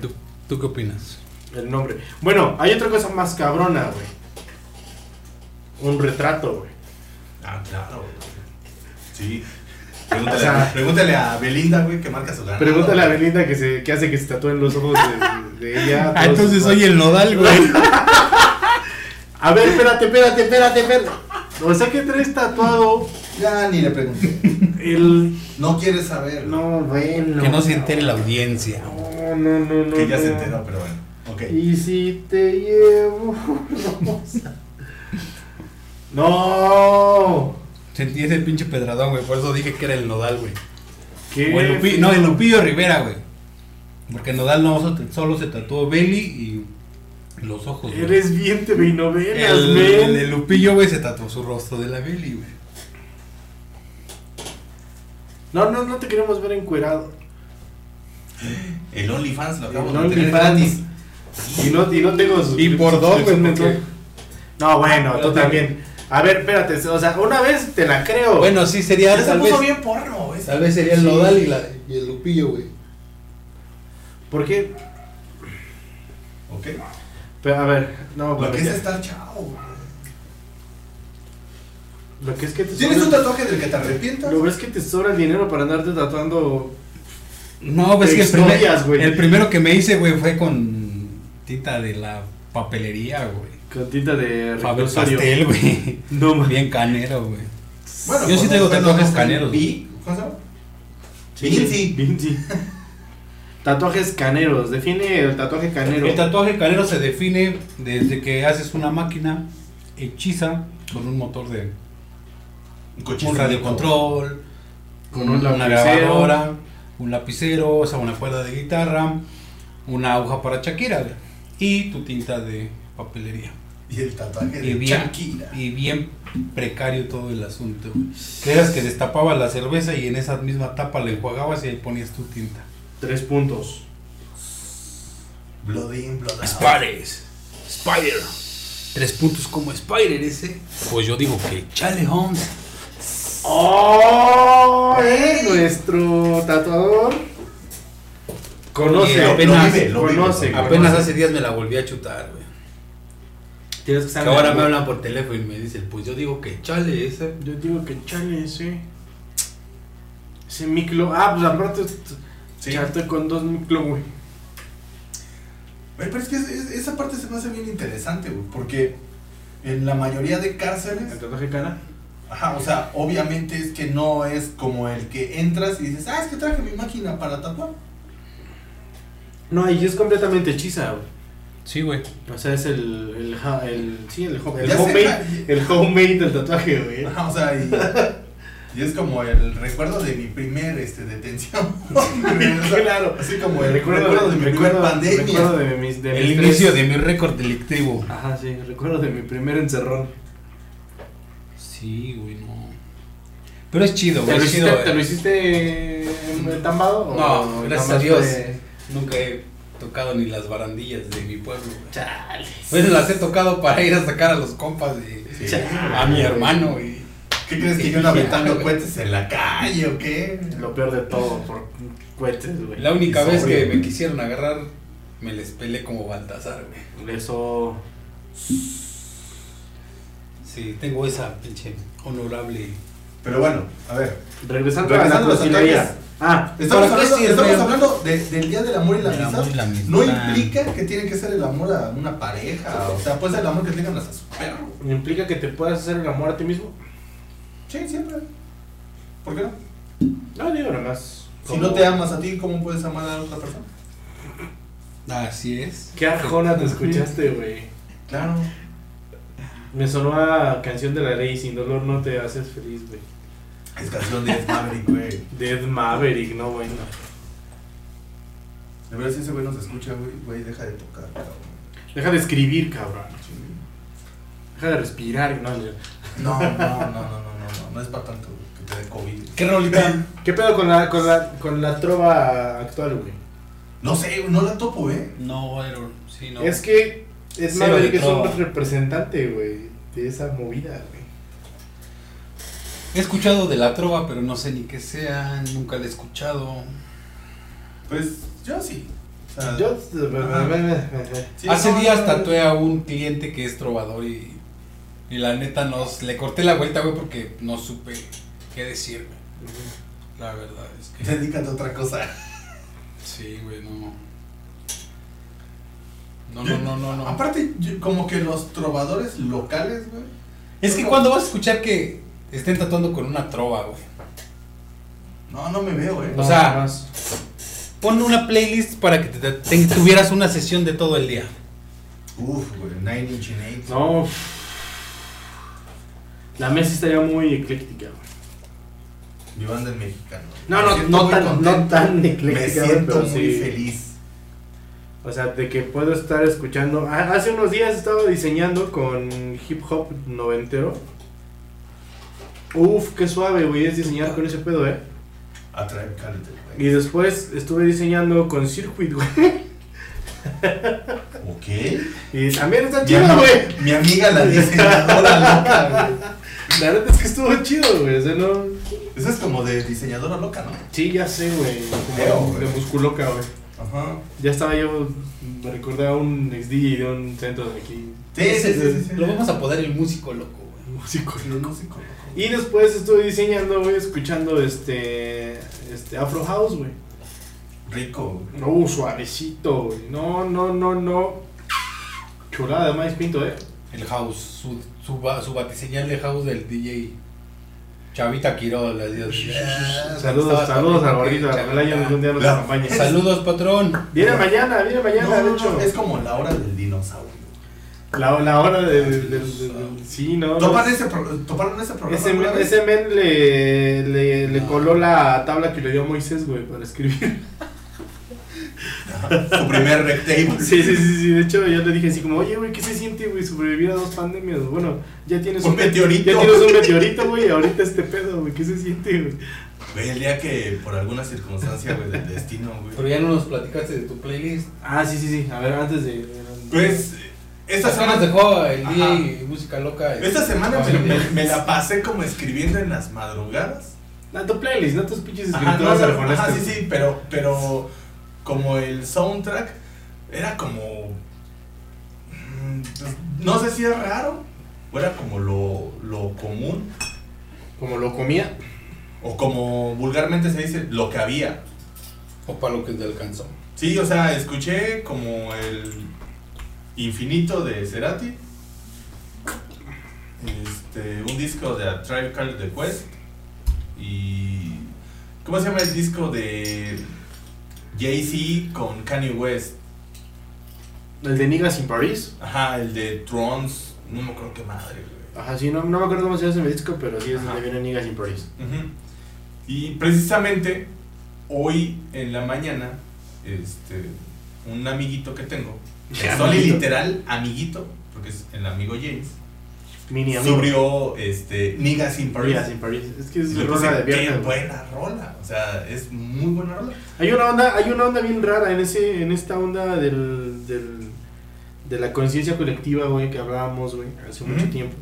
Speaker 4: ¿Tú, tú qué opinas?
Speaker 1: El nombre. Bueno, hay otra cosa más cabrona, güey. Un retrato, güey.
Speaker 2: Ah, claro. güey. Sí.
Speaker 1: O
Speaker 2: Pregúntale,
Speaker 1: sea-
Speaker 2: pregúntale a Belinda, güey, que marca
Speaker 4: Ah.
Speaker 2: su lana.
Speaker 1: Pregúntale a Belinda que, se, que hace que se tatúen los ojos de,
Speaker 4: <laughs>
Speaker 1: de ella.
Speaker 3: Ah,
Speaker 1: todos
Speaker 3: entonces
Speaker 1: sus-
Speaker 3: soy el nodal, güey.
Speaker 1: A ver, espérate, espérate, espérate, espérate. O sea que traes tatuado
Speaker 2: Ya ni le pregunté.
Speaker 1: el.
Speaker 2: No quiere saber.
Speaker 1: No, bueno.
Speaker 4: que no se entere la audiencia.
Speaker 1: No, no, no, no.
Speaker 2: Que ya se
Speaker 1: no.
Speaker 2: enteró, pero bueno. Ok.
Speaker 1: Y si te llevo. <laughs> rosa? no.
Speaker 3: Sentí ese pinche pedradón, güey. Por eso dije que era el nodal, güey.
Speaker 1: ¿Qué?
Speaker 3: O el Lupi- no, el Lupillo Rivera, güey. Porque Nodal no so- solo se tatuó Belly y los ojos. güey.
Speaker 1: Eres bien TV novelas,
Speaker 3: el,
Speaker 1: men.
Speaker 3: el Lupillo, güey, se tatuó su rostro de la Belly, güey.
Speaker 1: No, no, no te queremos ver encuerado.
Speaker 2: El OnlyFans lo acabo
Speaker 1: El
Speaker 2: de tener
Speaker 1: OnlyFans.
Speaker 2: gratis.
Speaker 1: Y no, y no tengo sus.
Speaker 3: Y por dos, güey,
Speaker 1: suscripción,
Speaker 3: porque-
Speaker 1: No, bueno, tú
Speaker 3: Espérate.
Speaker 1: también. A ver, espérate, o sea, una vez te la creo.
Speaker 4: Bueno, sí sería
Speaker 2: Ya se
Speaker 4: tal
Speaker 2: puso
Speaker 4: vez.
Speaker 2: bien ¿eh? porno, güey.
Speaker 4: Tal vez sería
Speaker 5: El
Speaker 4: el
Speaker 5: nodal
Speaker 4: nodal
Speaker 5: y, la- y el lupillo, güey.
Speaker 1: ¿Por qué?
Speaker 2: Ok.
Speaker 1: Pero, a ver, no,
Speaker 2: Lo
Speaker 1: pero
Speaker 2: que
Speaker 1: ya-
Speaker 2: es estar chao, güey.
Speaker 1: lo que es que te
Speaker 2: ¿Tienes un
Speaker 1: sobra-
Speaker 2: tatuaje del que te arrepientas?
Speaker 1: Lo que es que te sobra el dinero para andarte tatuando.
Speaker 3: No, güey, es
Speaker 1: Te
Speaker 3: que el, primer-
Speaker 1: extrañas, güey.
Speaker 3: el primero que me hice, güey, fue con tinta de la papelería, güey.
Speaker 1: Con tinta de
Speaker 3: Faber
Speaker 1: reclusorio.
Speaker 3: Pastel, güey.
Speaker 1: No mames.
Speaker 3: Bien canero, güey.
Speaker 2: Bueno,
Speaker 3: Yo sí
Speaker 2: pues,
Speaker 3: tengo
Speaker 2: pues,
Speaker 3: tatuajes
Speaker 2: no,
Speaker 3: caneros.
Speaker 2: ¿Y? ¿Cómo se llama?
Speaker 1: Vinci. Vinci. Tatuajes caneros. Define el tatuaje canero.
Speaker 3: El tatuaje calero se define desde que haces una máquina hechiza con un motor de
Speaker 2: Un coche.
Speaker 3: un radiocontrol,
Speaker 1: Con
Speaker 3: con
Speaker 1: un
Speaker 3: una
Speaker 1: lapicero.
Speaker 3: grabadora, un lapicero, o sea, una cuerda de guitarra, una aguja para Shakira güey, y tu tinta de papelería.
Speaker 2: Y el tatuaje
Speaker 3: Y
Speaker 2: de
Speaker 3: bien,
Speaker 2: Shakira.
Speaker 3: y bien precario todo el asunto. güey. Que eras que destapabas la cerveza y en esa misma tapa la enjuagabas y ahí ponías tu tinta.
Speaker 1: Tres puntos.
Speaker 2: Blood in, blood out.
Speaker 4: Spiders. Spider. Tres puntos como Spider ese. Pues yo digo que Charlie Holmes.
Speaker 1: ¡Oh! ¿eh? Nuestro tatuador. Conoce,
Speaker 4: Oye, apenas-
Speaker 1: conoce,
Speaker 2: lo vive,
Speaker 1: conoce.
Speaker 2: lo vive.
Speaker 4: Apenas hace días me la volví a chutar, güey.
Speaker 1: Tienes que
Speaker 4: Que
Speaker 1: saber.
Speaker 4: ahora me hablan por teléfono y me dicen, pues yo digo que Charlie ese.
Speaker 1: Yo digo que chale ese. Ese micro. Ah, pues aparte. t-
Speaker 2: Sí.
Speaker 1: Ya estoy con dos micro, güey.
Speaker 2: Güey, Pero es que es- es- esa parte se me hace bien interesante, güey. Porque en la mayoría de
Speaker 1: El
Speaker 2: cárceles.
Speaker 1: tatuaje cana.
Speaker 2: Ajá, o sea, obviamente es que no es como el que entras y dices, ah, es que traje mi máquina para tatuar.
Speaker 1: No, y es completamente hechiza, güey.
Speaker 3: Sí, güey.
Speaker 1: O sea, es el. el, ja- el sí, el, home- el
Speaker 2: Ya sé,
Speaker 1: homemade. El homemade del tatuaje, güey.
Speaker 2: Ajá, o sea, y.
Speaker 1: <laughs>
Speaker 2: y es como el recuerdo de mi primer este, detención.
Speaker 1: Claro.
Speaker 2: Así como el recuerdo,
Speaker 1: Recuerdo,
Speaker 2: de mi
Speaker 1: recuerdo,
Speaker 2: primer pandemia.
Speaker 1: recuerdo de mis. de
Speaker 3: el
Speaker 1: mis
Speaker 3: inicio
Speaker 1: tres-
Speaker 3: de mi récord delictivo.
Speaker 1: Ajá, sí, recuerdo de mi primer encerrón.
Speaker 3: Sí, güey, no. Pero es chido,
Speaker 1: ¿Te
Speaker 3: güey.
Speaker 1: lo
Speaker 3: es
Speaker 1: hiciste,
Speaker 3: chido,
Speaker 1: te lo
Speaker 3: eh.
Speaker 1: hiciste eh, tambado? o
Speaker 3: No, gracias
Speaker 1: nada
Speaker 3: a
Speaker 1: más
Speaker 3: Dios.
Speaker 1: fue-
Speaker 3: Nunca he tocado ni las barandillas de mi pueblo, güey.
Speaker 1: Chale.
Speaker 3: Pues las he tocado para ir a sacar a los compas de,
Speaker 2: Sí.
Speaker 3: a mi hermano, güey.
Speaker 2: ¿Qué
Speaker 1: <laughs>
Speaker 2: crees que yo ando aventando cohetes en la calle o qué?
Speaker 1: Lo peor de todo, por cohetes, güey.
Speaker 3: La única
Speaker 2: Y
Speaker 3: vez que
Speaker 2: sobrio.
Speaker 3: me quisieron agarrar, me les pelé como Baltasar, güey.
Speaker 1: Eso.
Speaker 3: Sí, tengo esa pinche honorable.
Speaker 2: Pero bueno, a ver.
Speaker 1: Regresando,
Speaker 2: Regresando
Speaker 1: a
Speaker 2: a
Speaker 1: la
Speaker 2: los
Speaker 1: cocinería.
Speaker 2: tatuajes.
Speaker 1: Ah,
Speaker 2: Estamos
Speaker 6: ¿Para qué
Speaker 2: hablando,
Speaker 6: sirve?
Speaker 2: estamos hablando de- del Día del Amor y la
Speaker 3: Del
Speaker 2: Amistad.
Speaker 3: amor y la amistad.
Speaker 2: No implica que tiene que ser el amor a una pareja. O sea, puede ser el amor que tengan hasta su perro.
Speaker 1: ¿implica que te puedas hacer el amor a ti mismo?
Speaker 2: Sí, siempre. ¿Por qué no?
Speaker 1: No, digo nada más.
Speaker 2: Si no te amas a ti, ¿cómo puedes amar a otra persona?
Speaker 3: Así es.
Speaker 1: Qué arjona te escuchaste, güey.
Speaker 2: Claro.
Speaker 1: Me sonó a canción de la ley, sin dolor no te haces feliz, güey.
Speaker 2: Es canción de Ed Maverick, güey.
Speaker 1: Dead Maverick, no, bueno.
Speaker 2: De verdad, si ese güey nos escucha, güey, güey, deja de tocar, cabrón.
Speaker 1: Deja de escribir, cabrón. Deja de respirar, no.
Speaker 2: No, no, no, no, no, no, no, no es para tanto güey, que te dé COVID.
Speaker 7: ¿Qué
Speaker 3: <laughs>
Speaker 7: rolita?
Speaker 1: ¿Qué pedo con la, con la, con la trova actual, güey?
Speaker 2: No sé, güey, no la topo, eh.
Speaker 7: No, Aero. Sí, no.
Speaker 1: Es que es
Speaker 7: Cero
Speaker 1: Maverick
Speaker 7: de
Speaker 1: es un
Speaker 7: trova.
Speaker 1: representante, güey, de esa movida, güey.
Speaker 3: He escuchado de la trova, pero no sé ni qué sea, nunca la he escuchado.
Speaker 2: Pues yo sí. O sea,
Speaker 1: Yo.
Speaker 2: sí,
Speaker 3: Hace
Speaker 2: no,
Speaker 3: días
Speaker 2: no,
Speaker 3: tatué a un cliente que es trovador y, y la neta nos le corté la vuelta, güey, porque no supe qué decir, güey. La verdad
Speaker 2: <laughs>
Speaker 3: es que
Speaker 2: <laughs> Dedícate a otra cosa.
Speaker 3: sí, güey, no. No, no, no, no, no.
Speaker 2: Aparte, yo- como que los trovadores locales, güey.
Speaker 3: Es que cuando vas a escuchar que estén tatuando con una trova, güey.
Speaker 2: No, no me veo, eh. güey.
Speaker 3: O sea, pon una playlist para que te- te- tuvieras una sesión de todo el día.
Speaker 2: Uf, güey, Nine Inch Nails.
Speaker 1: No. La mesa estaría muy ecléctica, güey.
Speaker 2: Mi banda es mexicana.
Speaker 1: No, no,
Speaker 2: Me siento
Speaker 1: no
Speaker 2: muy
Speaker 1: tan-
Speaker 2: contento.
Speaker 1: no tan
Speaker 2: Me
Speaker 1: ecléctica,
Speaker 2: siento
Speaker 1: pero
Speaker 2: muy
Speaker 1: sí.
Speaker 2: feliz.
Speaker 1: O sea, de que puedo estar escuchando. Ah, Hace unos días estaba diseñando con hip hop noventero. Uf, qué suave, güey, es diseñar con ese pedo, eh.
Speaker 2: Atrae Calendar,
Speaker 1: Y
Speaker 2: güey.
Speaker 1: después estuve diseñando con Circuit, güey.
Speaker 2: Ok.
Speaker 1: Y también está
Speaker 2: Mi,
Speaker 1: chido,
Speaker 2: ami-
Speaker 1: güey.
Speaker 2: mi amiga la diseñadora loca, güey.
Speaker 1: La verdad es que estuvo chido, güey. O sea, no.
Speaker 2: Eso es como de diseñadora loca, ¿no?
Speaker 1: Sí, ya sé, güey. Como
Speaker 2: Feo,
Speaker 1: de-
Speaker 2: güey.
Speaker 1: de musculoca, güey.
Speaker 2: Ajá.
Speaker 1: Ya estaba yo. Me recordaba a un ex DJ de un centro de aquí.
Speaker 2: Sí, sí, sí, sí, sí.
Speaker 3: Lo vamos a poder el músico loco, güey.
Speaker 1: Músico.
Speaker 2: Pero no sé cómo.
Speaker 1: Y después estuve diseñando, güey, escuchando este. Este Afro House, güey.
Speaker 2: Rico.
Speaker 1: No, suavecito, güey. No, no, no, no. Chulada de maíz pinto, eh.
Speaker 3: El house, su, su, ba- su batiseñal de house del DJ Chavita Quiroz. las dios. "Ah,
Speaker 1: Saludos, saludos al gordito,
Speaker 3: Chavita.
Speaker 1: ojalá ya algún día nos
Speaker 2: Claro.
Speaker 1: acompañe.
Speaker 3: Saludos, patrón.
Speaker 1: Viene mañana, viene mañana, de hecho.
Speaker 2: es como la hora del dinosaurio.
Speaker 1: La, la hora del... del- del- del- sí, no. no.
Speaker 2: ¿Topan ese pro- ¿Toparon ese programa?
Speaker 1: Ese
Speaker 2: alguna
Speaker 1: men,
Speaker 2: vez?
Speaker 1: ese men le, le, le coló la tabla que le dio a Moisés, güey, para escribir.
Speaker 2: Su primer rectable.
Speaker 1: Sí, sí, sí, sí. De hecho, yo le dije así como, oye, güey, ¿qué se siente, güey, sobrevivir a dos pandemias? Bueno, ya tienes
Speaker 2: Un meteorito.
Speaker 1: Ya tienes un meteorito, güey, y ahorita este pedo, güey, ¿qué se siente, güey?
Speaker 2: Güey, el día que por alguna circunstancia, güey, del destino,
Speaker 3: Pero
Speaker 2: güey.
Speaker 3: ya no nos platicaste de tu playlist.
Speaker 1: Ah, sí, sí, sí. A ver, antes de...
Speaker 2: Pues, esta
Speaker 3: Estas nos
Speaker 2: semana,
Speaker 3: dejó el
Speaker 2: Ajá.
Speaker 3: DJ Música Loca. el-
Speaker 2: esta semana me,
Speaker 3: Sí.
Speaker 2: me- me la pasé como escribiendo en las madrugadas.
Speaker 1: No, tu playlist, no tus pinches
Speaker 2: Ajá, no,
Speaker 1: escritores
Speaker 2: no,
Speaker 1: arjonaste.
Speaker 3: este.
Speaker 2: ajá, sí, sí, pero, pero como el soundtrack era como... mm, pues, No sé si era raro o era como lo, lo común.
Speaker 1: Como lo comía.
Speaker 2: O como vulgarmente se dice, lo que había.
Speaker 3: O para lo que te alcanzó.
Speaker 2: Sí, o sea, escuché como el infinito de Cerati. Este, un disco de A Tribe Called The Quest. Y. ¿Cómo se llama el disco de Jay-Z con Kanye West?
Speaker 1: El de Niggas in Paris.
Speaker 2: Ajá, el de Trons. No me acuerdo qué madre, güey.
Speaker 1: Ajá, sí, no, no me acuerdo cómo se llama ese disco, pero sí es
Speaker 2: Ajá.
Speaker 1: donde viene Niggas in Paris.
Speaker 2: Ujú. Y precisamente hoy en la mañana, este, un amiguito que tengo, solo
Speaker 1: amiguito.
Speaker 2: literal amiguito, porque es el amigo James,
Speaker 1: Mini amigo.
Speaker 2: subió este, Niggas in Paris.
Speaker 1: Niggas in Paris. Es que es
Speaker 2: Y le
Speaker 1: rola
Speaker 2: puse,
Speaker 1: de
Speaker 2: "Qué
Speaker 1: viernes. güey.
Speaker 2: buena rola, o sea, es muy buena rola.
Speaker 1: Hay una onda, hay una onda bien rara en ese, en esta onda del, del de la conciencia colectiva, güey, que hablábamos, güey, hace mucho
Speaker 2: Ujú.
Speaker 1: tiempo.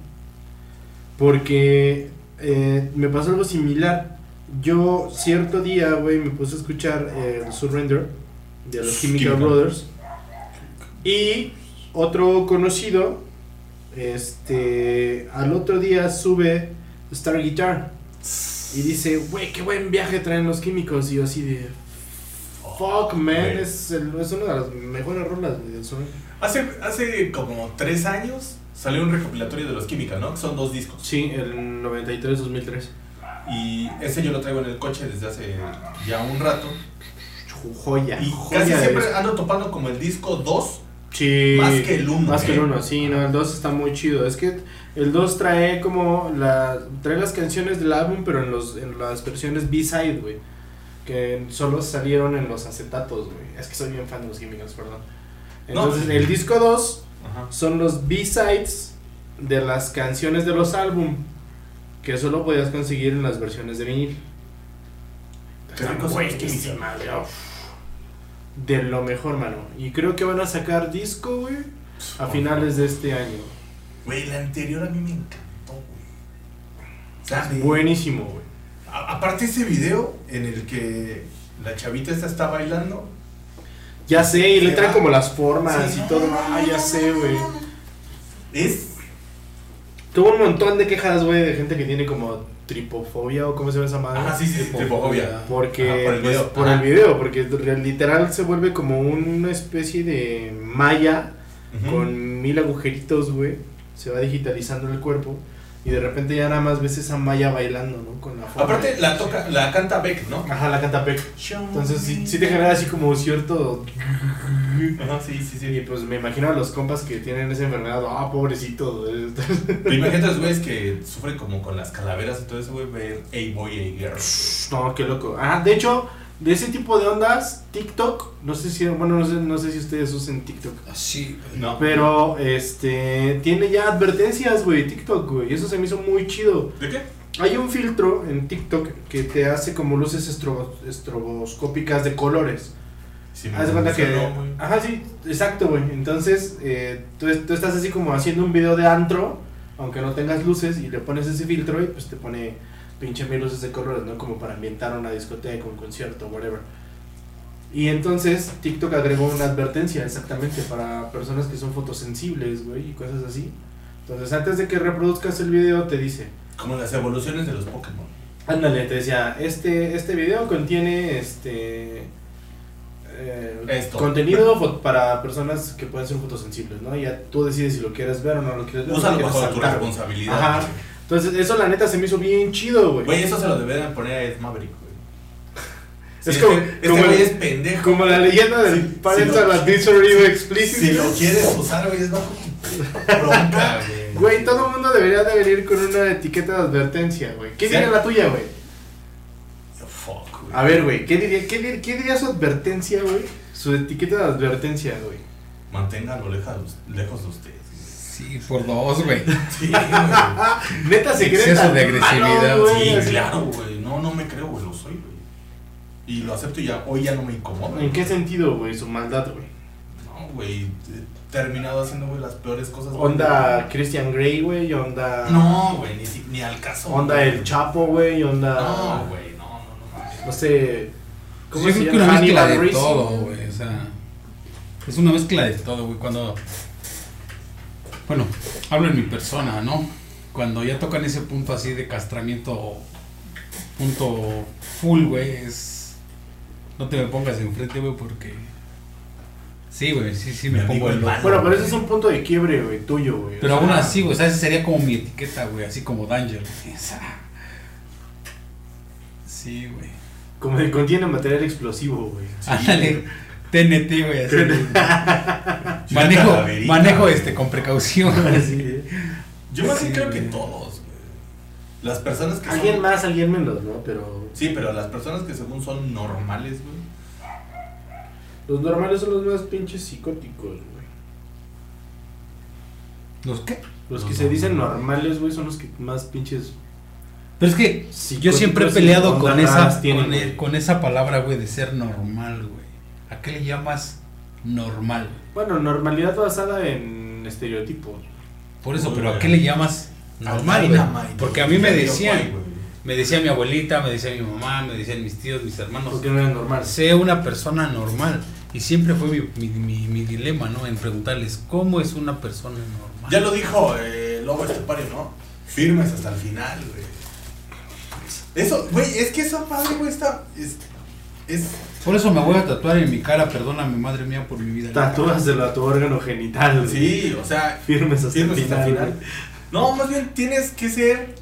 Speaker 1: Porque eh, me pasó algo similar. Yo cierto día, güey, me puse a escuchar eh, el Surrender de los Chemical
Speaker 2: Chemical.
Speaker 1: Brothers y otro conocido, este, al otro día sube Star Guitar. Y dice, güey, qué buen viaje traen los químicos. Y yo así de.
Speaker 2: Oh.
Speaker 1: Fuck, man.
Speaker 2: güey.
Speaker 1: Es, el- es una de las mejores rolas güey, del Sonic.
Speaker 2: Hace, hace como tres años salió un recopilatorio de los Química, ¿no? Que son dos discos.
Speaker 1: Sí, el 93-2003.
Speaker 2: Y ese yo lo traigo en el coche desde hace ya un rato.
Speaker 1: Joya.
Speaker 2: Y
Speaker 1: joya
Speaker 2: casi
Speaker 1: de
Speaker 2: siempre
Speaker 1: disco.
Speaker 2: ando topando como el disco 2
Speaker 1: Sí.
Speaker 2: más que el uno,
Speaker 1: Más que el
Speaker 2: ¿eh?
Speaker 1: uno, sí, no, el 2 está muy chido. Es que el 2 trae como la, trae las canciones del álbum, pero en, los, en las versiones B-side, güey. Que solo salieron en los acetatos, güey. Es que soy bien fan de los químicos, perdón.
Speaker 2: No.
Speaker 1: Entonces, el disco 2
Speaker 2: Ajá.
Speaker 1: son los B-sides de las canciones de los álbum. Que solo podías conseguir en las versiones de vinil.
Speaker 2: Qué rico son los Química.
Speaker 1: Buenísima, güey. Uf. De lo mejor, mano. Y creo que van a sacar disco, güey, a finales de este año.
Speaker 2: Güey, la anterior a mí me encantó, güey. ¿Sabe?
Speaker 1: Buenísimo, güey.
Speaker 2: A- aparte ese video en el que la chavita esta está bailando.
Speaker 1: Ya sé, y le
Speaker 2: Se
Speaker 1: trae
Speaker 2: va.
Speaker 1: como las formas
Speaker 2: Sí.
Speaker 1: y todo. Ah, ya sé, güey.
Speaker 2: Es
Speaker 1: Tuvo un montón de quejas, güey, de gente que tiene como tripofobia o cómo se llama esa madre.
Speaker 2: Ah, sí, sí, sí, tipo, obvia.
Speaker 1: Porque
Speaker 2: Ajá, por el
Speaker 1: pues,
Speaker 2: video.
Speaker 1: por
Speaker 2: Ajá.
Speaker 1: el video, porque re- literal se vuelve como una especie de malla con mil agujeritos, güey. Se va digitalizando el cuerpo y de repente ya nada más ves esa malla bailando, ¿no? Con la forma.
Speaker 2: Aparte la toca, la canta Beck, ¿no?
Speaker 1: Ajá, la canta Peck. Entonces sí, sí te genera así como cierto...
Speaker 2: Ajá, sí, sí,
Speaker 1: Y
Speaker 2: sí.
Speaker 1: pues me imagino a los compas que tienen esa enfermedad, ah, pobrecito.
Speaker 2: Pero imagínate a los güeyes que sufren como con las calaveras y todo eso, güey, ver Hey Boy, Hey Girl.
Speaker 1: <laughs> No, qué loco. Ah, de hecho, de ese tipo de ondas, TikTok, no sé si, bueno, no sé, no sé si ustedes usen TikTok.
Speaker 2: Ah,
Speaker 5: Así,
Speaker 2: No.
Speaker 1: Pero, este, tiene ya advertencias, güey, TikTok, güey. Y eso se me hizo muy chido.
Speaker 2: ¿De qué?
Speaker 1: Hay un filtro en TikTok que te hace como luces estro- estroboscópicas de colores.
Speaker 2: Sí,
Speaker 1: Haz de cuenta que.
Speaker 2: no, güey.
Speaker 1: ajá, sí, exacto, güey. Entonces, eh, tú, tú estás así como haciendo un video de antro, aunque no tengas luces, y le pones ese filtro y pues te pone pinche mil luces de colores, ¿no? Como para ambientar una discoteca, un concierto, whatever. Y entonces TikTok agregó una advertencia exactamente para personas que son fotosensibles, güey, y cosas así. Entonces, antes de que reproduzcas el video, te dice,
Speaker 2: Como las evoluciones de los Pokémon.
Speaker 1: ándale, te decía, este, este video contiene este eh,
Speaker 2: Esto.
Speaker 1: contenido fo- para personas que pueden ser fotosensibles, ¿no? Ya tú decides si lo quieres ver o no lo quieres ver. lo
Speaker 2: Úsalo
Speaker 1: quieres
Speaker 2: bajo tu
Speaker 1: saltar.
Speaker 2: responsabilidad.
Speaker 1: Ajá. Entonces, eso la neta se me hizo bien chido, güey.
Speaker 2: Güey, eso se lo deberían poner a Ed Maverick,
Speaker 1: <laughs>
Speaker 2: güey.
Speaker 1: Es
Speaker 2: Sí, este-
Speaker 1: como,
Speaker 2: este
Speaker 1: como,
Speaker 2: güey es
Speaker 1: el-
Speaker 2: pendejo.
Speaker 1: como la leyenda del
Speaker 2: Sí,
Speaker 1: Pirates
Speaker 2: sí lo-
Speaker 1: of the Disney Explicit.
Speaker 2: Si lo quieres usar, güey, es bajo tu bronca, güey.
Speaker 1: Güey, todo el mundo debería de venir con una etiqueta de advertencia, güey. ¿Qué
Speaker 2: Sí.
Speaker 1: diría la tuya, güey?
Speaker 2: Fuck, güey.
Speaker 1: A ver, güey, ¿qué diría, qué, dir- qué diría su advertencia, güey? Su etiqueta de advertencia, güey.
Speaker 2: Manténgalo leja- lejos
Speaker 1: <laughs>
Speaker 2: de ustedes.
Speaker 3: Sí, por dos, güey.
Speaker 2: güey. Sí, güey.
Speaker 1: Neta se creen
Speaker 3: Exceso
Speaker 1: tan
Speaker 3: de agresividad,
Speaker 1: malos, güey,
Speaker 2: Sí,
Speaker 1: así.
Speaker 2: claro, güey. No, no me creo, güey. Lo soy, güey. Y lo acepto y ya. Hoy ya no me incomoda.
Speaker 1: ¿En qué sentido, güey? Su maldad, güey.
Speaker 2: No, güey. he Terminado haciendo, güey, las peores cosas. güey.
Speaker 1: Onda Christian Grey, güey. Onda.
Speaker 2: No, güey. Ni, si- ni al caso.
Speaker 1: Onda
Speaker 2: güey.
Speaker 1: El Chapo, güey. Onda.
Speaker 2: No, güey. No, no, no. mames.
Speaker 1: No sé.
Speaker 3: Yo creo que una mezcla de todo, güey. O sea, es una mezcla de todo, güey. Cuando. Bueno, hablo en mi persona, ¿no? Cuando ya tocan ese punto así de castramiento, punto full, güey, es. No te me pongas enfrente, güey, porque. Sí, güey, sí, sí, me
Speaker 2: Mi amigo
Speaker 3: pongo el
Speaker 2: el
Speaker 3: loco.
Speaker 2: malo.
Speaker 1: Bueno, pero ese es un punto de quiebre, güey, tuyo, güey.
Speaker 3: Pero
Speaker 1: O sea,
Speaker 3: aún así, güey, o sea, esa sería como mi etiqueta, güey, así como Danger. güey, o sea. Sí, güey.
Speaker 1: Como que contiene material explosivo, güey. <laughs>
Speaker 3: Ándale, TNT, güey. así, güey.
Speaker 2: Una
Speaker 3: Manejo,
Speaker 2: calaverita,
Speaker 3: manejo
Speaker 2: güey.
Speaker 3: este con precaución.
Speaker 1: Sí.
Speaker 2: Yo más bien
Speaker 3: Sí,
Speaker 2: creo que
Speaker 3: güey.
Speaker 2: todos, güey. Las personas que
Speaker 1: Alguien
Speaker 2: son-
Speaker 1: más, alguien menos, ¿no? Pero.
Speaker 2: Sí, pero las personas que según son normales, güey.
Speaker 1: Los normales son los más pinches psicóticos, güey.
Speaker 3: <laughs> ¿Los qué?
Speaker 1: Los
Speaker 2: Los
Speaker 1: que se dicen normales, güey, son los que más pinches.
Speaker 3: Pero es que yo
Speaker 1: psicóticos
Speaker 3: siempre he
Speaker 1: y
Speaker 3: peleado
Speaker 1: ondas
Speaker 3: con
Speaker 1: raras
Speaker 3: esa,
Speaker 1: tienen,
Speaker 3: con,
Speaker 1: güey.
Speaker 3: con esa palabra, güey, de ser normal, güey. ¿A qué le llamas normal?
Speaker 1: Bueno, normalidad basada en estereotipos.
Speaker 3: Por eso,
Speaker 2: Uy,
Speaker 3: pero ¿a
Speaker 2: güey.
Speaker 3: qué le llamas normal?
Speaker 2: Almaina,
Speaker 3: güey?
Speaker 2: Mike.
Speaker 3: Porque a mí me
Speaker 2: Yo
Speaker 3: decían,
Speaker 2: guay, güey.
Speaker 3: me decía mi abuelita, me decía mi mamá, me decían mis tíos, mis hermanos,
Speaker 1: Porque no es normal.
Speaker 3: sé una persona normal. Y siempre fue mi, mi- mi- mi dilema, ¿no? En preguntarles, ¿cómo es una persona normal?
Speaker 2: Ya lo dijo eh, Lobo Estepario, ¿no? Firmes hasta el final, güey. Eso, güey, es que esa madre, güey, está. Es, es
Speaker 3: Por eso me voy a tatuar en mi cara, perdóname, madre mía, por mi vida.
Speaker 1: Tatúaselo a tu órgano genital. güey.
Speaker 2: Sí, o sea,
Speaker 1: Firmes hasta
Speaker 2: firmes
Speaker 1: el
Speaker 2: hasta
Speaker 1: final.
Speaker 2: el final. No, más bien tienes que ser.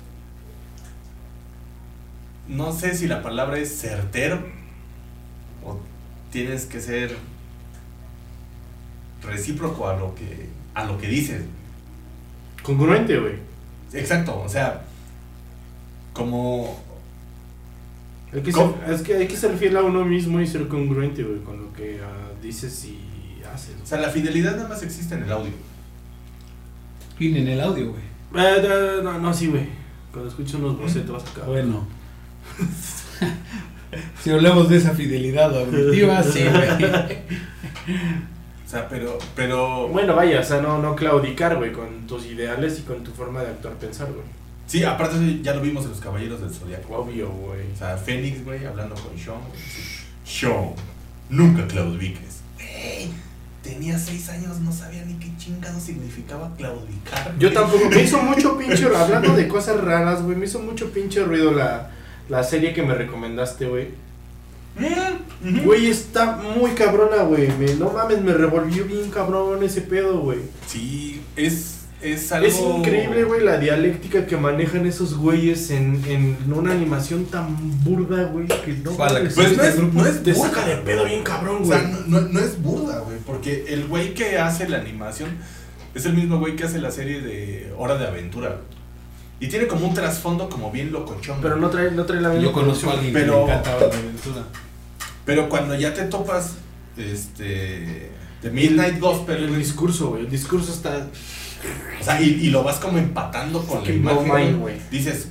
Speaker 2: No sé si la palabra es certero. O tienes que ser recíproco a lo que. a lo que dices.
Speaker 1: Congruente, güey.
Speaker 2: Exacto, o sea. Como.
Speaker 1: Hay que,
Speaker 2: ¿Cómo?
Speaker 1: ser, es que hay que ser fiel a uno mismo y ser congruente, güey, con lo que ah, dices y haces.
Speaker 2: O sea, la fidelidad nada más existe en el audio.
Speaker 3: Y en el audio, güey.
Speaker 1: Eh, no, no, no, sí, güey. Cuando escucho unos bocetos acá.
Speaker 3: Bueno. <laughs> si hablamos de esa fidelidad
Speaker 1: <laughs>
Speaker 3: auditiva, sí, güey.
Speaker 2: O sea, pero. pero
Speaker 1: Bueno, vaya, o sea, no, no claudicar, güey, con tus ideales y con tu forma de actuar, pensar, güey.
Speaker 2: sí, aparte eso ya lo vimos en los Caballeros del Zodiaco.
Speaker 1: Obvio, güey.
Speaker 2: O sea, Fénix, güey, hablando con Sean. güey, dice, Sean, nunca claudiques. Güey, tenía seis años, no sabía ni qué chingado significaba claudicar.
Speaker 1: Yo tampoco. Me hizo mucho pinche. Hablando de cosas raras, güey. Me hizo mucho pinche ruido la, la serie que me recomendaste, güey.
Speaker 2: <laughs> Mm, ujú.
Speaker 1: Güey, está muy cabrona, güey. me- No mames, me revolvió bien cabrón ese pedo, güey.
Speaker 2: Sí, es, es algo.
Speaker 1: Es increíble, güey, la dialéctica que manejan esos güeyes en, en una animación tan burda, güey. Que no.
Speaker 3: Para la
Speaker 1: mames,
Speaker 3: que
Speaker 2: Pues no es, no es
Speaker 1: Te
Speaker 2: burda,
Speaker 1: saca de pedo bien cabrón,
Speaker 2: O sea,
Speaker 1: güey.
Speaker 2: no, no- no es burda, güey, porque el güey que hace la animación es el mismo güey que hace la serie de Hora de Aventura. güey. Y tiene como un trasfondo como bien locochón.
Speaker 1: Pero
Speaker 2: güey.
Speaker 1: no trae, no trae la misma.
Speaker 3: Yo conozco a alguien que
Speaker 2: Pero-
Speaker 3: le encantaba la aventura.
Speaker 2: Pero cuando ya te topas, este. The Midnight Gospel,
Speaker 1: El
Speaker 2: güey,
Speaker 1: discurso, güey. El discurso está.
Speaker 2: O sea, y, y lo vas como empatando con la
Speaker 1: Fucking blow
Speaker 2: imagen.
Speaker 1: mind,
Speaker 2: güey.
Speaker 1: güey.
Speaker 2: Dices,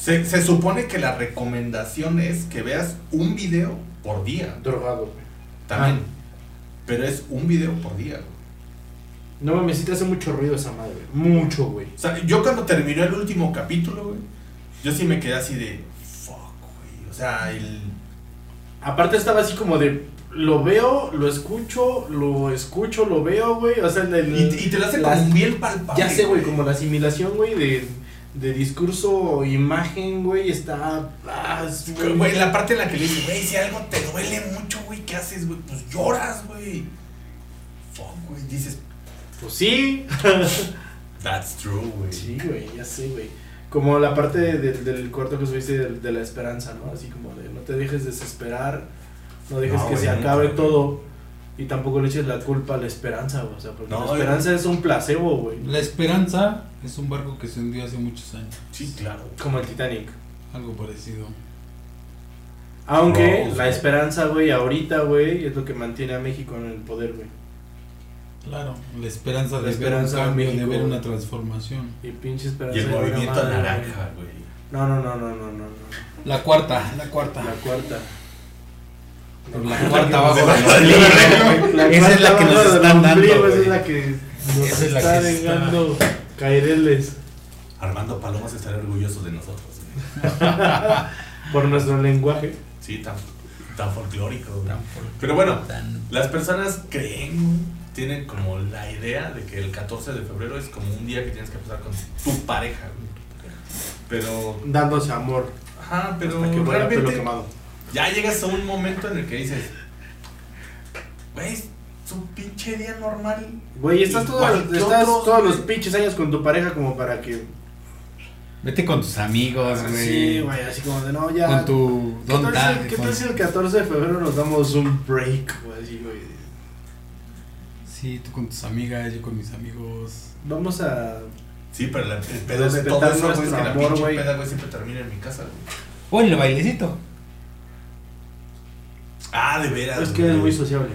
Speaker 2: se, se supone que la recomendación es que veas un video por día.
Speaker 1: drogado, güey. Ah.
Speaker 2: También. Pero es un video por día. güey.
Speaker 1: No mames, sí te hace mucho ruido esa madre. güey. Mucho, güey.
Speaker 2: O sea, yo cuando terminó el último capítulo, güey, yo sí me quedé así de, fuck, güey. O sea, el...
Speaker 1: Aparte estaba así como de lo veo, lo escucho, lo escucho, lo veo, güey. O sea, el, el-
Speaker 2: Y, te- y te lo hace
Speaker 1: las-
Speaker 2: como bien palpable.
Speaker 1: Ya sé, güey, como la asimilación, güey, de, de discurso, imagen, güey, está. ah, es-
Speaker 2: Güey, la parte en la que le dice, güey, si algo te duele mucho, güey, ¿qué haces, güey? Pues lloras, güey. Fuck, güey. Dices,
Speaker 1: Pues
Speaker 2: <laughs>
Speaker 1: sí.
Speaker 2: That's true, güey.
Speaker 1: Sí, güey, ya sé, güey. Como la parte de- del- del corto que subiste de, de la esperanza, ¿no? Así como de no te dejes desesperar, no dejes
Speaker 2: No,
Speaker 1: que
Speaker 2: güey,
Speaker 1: se
Speaker 2: nunca,
Speaker 1: acabe
Speaker 2: güey.
Speaker 1: todo y tampoco le eches la culpa a la esperanza, güey. O sea, porque
Speaker 2: No,
Speaker 1: la esperanza es un placebo, güey.
Speaker 3: La Esperanza es un barco que se hundió hace muchos años.
Speaker 2: Sí, claro.
Speaker 1: Como el Titanic.
Speaker 3: Algo parecido.
Speaker 1: Aunque
Speaker 2: Rose,
Speaker 1: la
Speaker 2: güey.
Speaker 1: esperanza, güey, ahorita, güey, es lo que mantiene a México en el poder, güey.
Speaker 3: Claro. La esperanza
Speaker 1: La
Speaker 3: de
Speaker 1: esperanza
Speaker 3: ver
Speaker 1: en
Speaker 3: un cambio,
Speaker 1: México.
Speaker 3: de ver una transformación.
Speaker 1: Y pinche esperanza.
Speaker 2: Y el
Speaker 1: de una
Speaker 2: movimiento
Speaker 1: madre,
Speaker 2: naranja, güey.
Speaker 1: güey. No, no, no, no, no, no. no.
Speaker 3: La cuarta, la cuarta.
Speaker 1: La cuarta.
Speaker 3: Pero Ah. la cuarta abajo
Speaker 2: La
Speaker 3: del
Speaker 1: <laughs>
Speaker 2: cuarta.
Speaker 3: ombligo, güey. Esa es la
Speaker 1: cuarta
Speaker 3: que nos
Speaker 1: abajo del
Speaker 3: están dando.
Speaker 1: ombligo, Esa
Speaker 3: güey.
Speaker 1: es la que nos
Speaker 3: Esa es la
Speaker 1: está
Speaker 3: que está-
Speaker 1: vengando Caireles
Speaker 2: Armando Palomas estaría orgulloso de nosotros, güey.
Speaker 1: por nuestro lenguaje.
Speaker 2: Sí, tan, tan folclórico, güey. Pero bueno, las personas creen, güey, tienen como la idea de que el 14 de febrero es como un día que tienes que pasar con tu pareja, güey. Pero,
Speaker 1: Dándose amor.
Speaker 2: ajá, pero
Speaker 1: hasta que huela a pelo
Speaker 2: Mm, realmente
Speaker 1: quemado.
Speaker 2: ya llegas a un momento en el que dices, güey, es un pinche día normal.
Speaker 1: Güey, estás,
Speaker 2: ¿Y
Speaker 1: todos,
Speaker 2: cuál- qué
Speaker 1: estás
Speaker 2: otros,
Speaker 1: todos
Speaker 2: güey?
Speaker 1: los pinches años con tu pareja como para que.
Speaker 3: Vete con tus amigos, güey.
Speaker 1: Sí, güey, así como de no, ya.
Speaker 3: Con tu
Speaker 1: ¿Qué
Speaker 3: don
Speaker 1: tal, si,
Speaker 3: Dan,
Speaker 1: qué
Speaker 3: con-
Speaker 1: tal si el 14 de febrero nos damos un break? güey, así, güey?
Speaker 3: Sí, tú con tus amigas, yo con mis amigos.
Speaker 1: Vamos a.
Speaker 2: Sí, pero la, el pedo es
Speaker 1: Respetar
Speaker 2: todo eso, güey, es que
Speaker 1: nuestro
Speaker 2: la
Speaker 1: amor,
Speaker 2: pinche
Speaker 1: güey.
Speaker 2: peda, güey, siempre termina en mi casa, güey.
Speaker 3: O el bailecito.
Speaker 2: Ah, de veras.
Speaker 1: Es que
Speaker 2: güey.
Speaker 1: es muy sociable.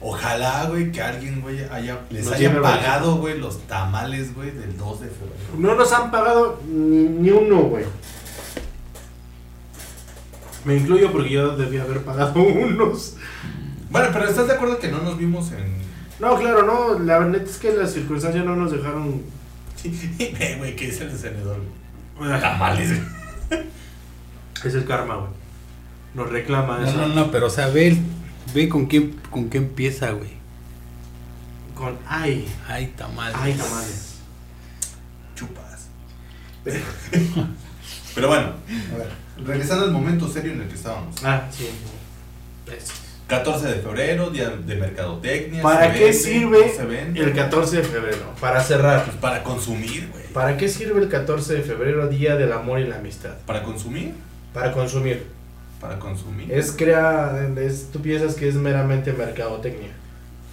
Speaker 2: Ojalá, güey, que alguien, güey, haya, les
Speaker 1: Nos lleve
Speaker 2: haya
Speaker 1: al
Speaker 2: pagado, güey, los tamales, güey, del 2 de febrero.
Speaker 1: No nos han pagado ni uno, güey. Me incluyo porque yo debía haber pagado <laughs> unos.
Speaker 2: Bueno, pero ¿estás de acuerdo que no nos vimos en... <laughs>
Speaker 1: No, claro, no. La neta es que las circunstancias no nos dejaron.
Speaker 2: Ve, güey, que es el encendedor, güey. Tamales, güey.
Speaker 1: Es el karma, güey. Nos reclama
Speaker 3: No,
Speaker 1: eso.
Speaker 3: no, no, pero o sea, ve, el- ve con qué, con qué empieza, güey.
Speaker 1: Con ay,
Speaker 8: Ay, tamales.
Speaker 1: ay, tamales.
Speaker 2: Chupas. <laughs> Pero bueno,
Speaker 9: A ver.
Speaker 2: regresando al momento serio en el que estábamos.
Speaker 1: Ah, sí. Eso.
Speaker 2: 14 de febrero, día de mercadotecnia.
Speaker 1: ¿Para
Speaker 2: se
Speaker 1: qué
Speaker 2: vende,
Speaker 1: sirve
Speaker 2: no se vende.
Speaker 1: el 14 de febrero? Para cerrar.
Speaker 2: Pues para consumir, güey.
Speaker 1: ¿Para qué sirve el 14 de febrero, Día del Amor y la Amistad?
Speaker 2: Para consumir,
Speaker 1: Para consumir.
Speaker 2: para consumir.
Speaker 1: Es crea, es- tú piensas que es meramente mercadotecnia.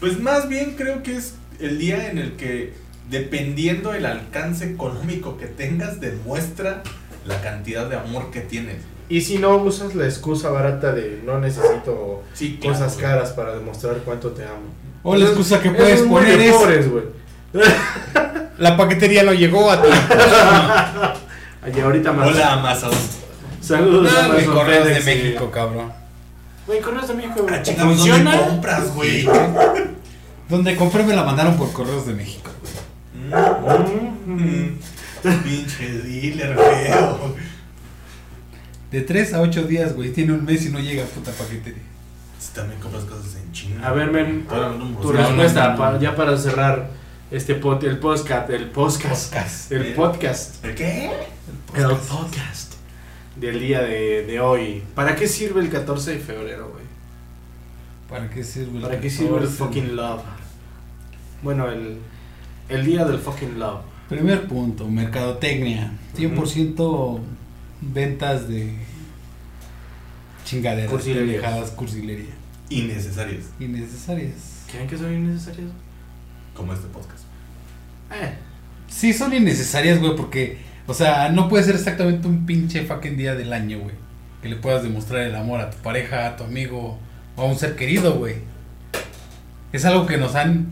Speaker 2: Pues más bien creo que es el día en el que, dependiendo el alcance económico que tengas, demuestra la cantidad de amor que tienes.
Speaker 1: Y si no usas la excusa barata de no necesito
Speaker 2: Sí, claro,
Speaker 1: cosas
Speaker 2: güey.
Speaker 1: caras para demostrar cuánto te amo.
Speaker 3: O la excusa que
Speaker 1: Eso
Speaker 3: puedes
Speaker 1: es muy de
Speaker 3: poner es
Speaker 1: pobres, güey.
Speaker 3: la paquetería no llegó <laughs> a ti.
Speaker 1: Allá ahorita más.
Speaker 2: Hola, Amazon.
Speaker 1: Saludos a
Speaker 3: me
Speaker 1: Amazon
Speaker 3: correos de
Speaker 1: FedEx, sí.
Speaker 3: México, cabrón.
Speaker 1: Güey, correos de México. güey.
Speaker 2: Ah, chinga, ¿dónde
Speaker 1: ¿Funciona?
Speaker 2: compras, güey?
Speaker 3: Donde compré me la mandaron por correos de México.
Speaker 2: Mm, Pinche
Speaker 1: <laughs>
Speaker 2: dealer, feo.
Speaker 3: De 3 a 8 días, güey. Tiene un mes y no llega puta paquetería.
Speaker 2: Si también compras cosas en China.
Speaker 1: A ver, men,
Speaker 2: Ahora, no,
Speaker 1: tu
Speaker 2: no, no,
Speaker 1: respuesta
Speaker 3: no.
Speaker 1: pa- ya para cerrar este pod- el podcast, el podcast,
Speaker 3: Podcast.
Speaker 1: el
Speaker 2: Bien.
Speaker 1: podcast,
Speaker 2: ¿El qué?
Speaker 1: el podcast del día de, de hoy. ¿Para qué sirve el 14 de febrero, güey?
Speaker 3: ¿Para qué sirve el
Speaker 1: ¿Para qué sirve el
Speaker 3: 14?
Speaker 1: fucking love? Bueno, el, el día del fucking love.
Speaker 3: Primer punto, mercadotecnia. 100% ventas de chingaderas,
Speaker 1: Cursilerías.
Speaker 3: pendejadas, cursilería.
Speaker 2: Innecesarias,
Speaker 3: Innecesarias.
Speaker 1: ¿Creen que son innecesarios?
Speaker 2: como este podcast.
Speaker 1: Eh,
Speaker 3: Sí, son innecesarias, güey, porque, o sea, no puede ser exactamente un pinche fucking día del año, güey. Que le puedas demostrar el amor a tu pareja, a tu amigo o a un ser querido, güey. Es algo que nos han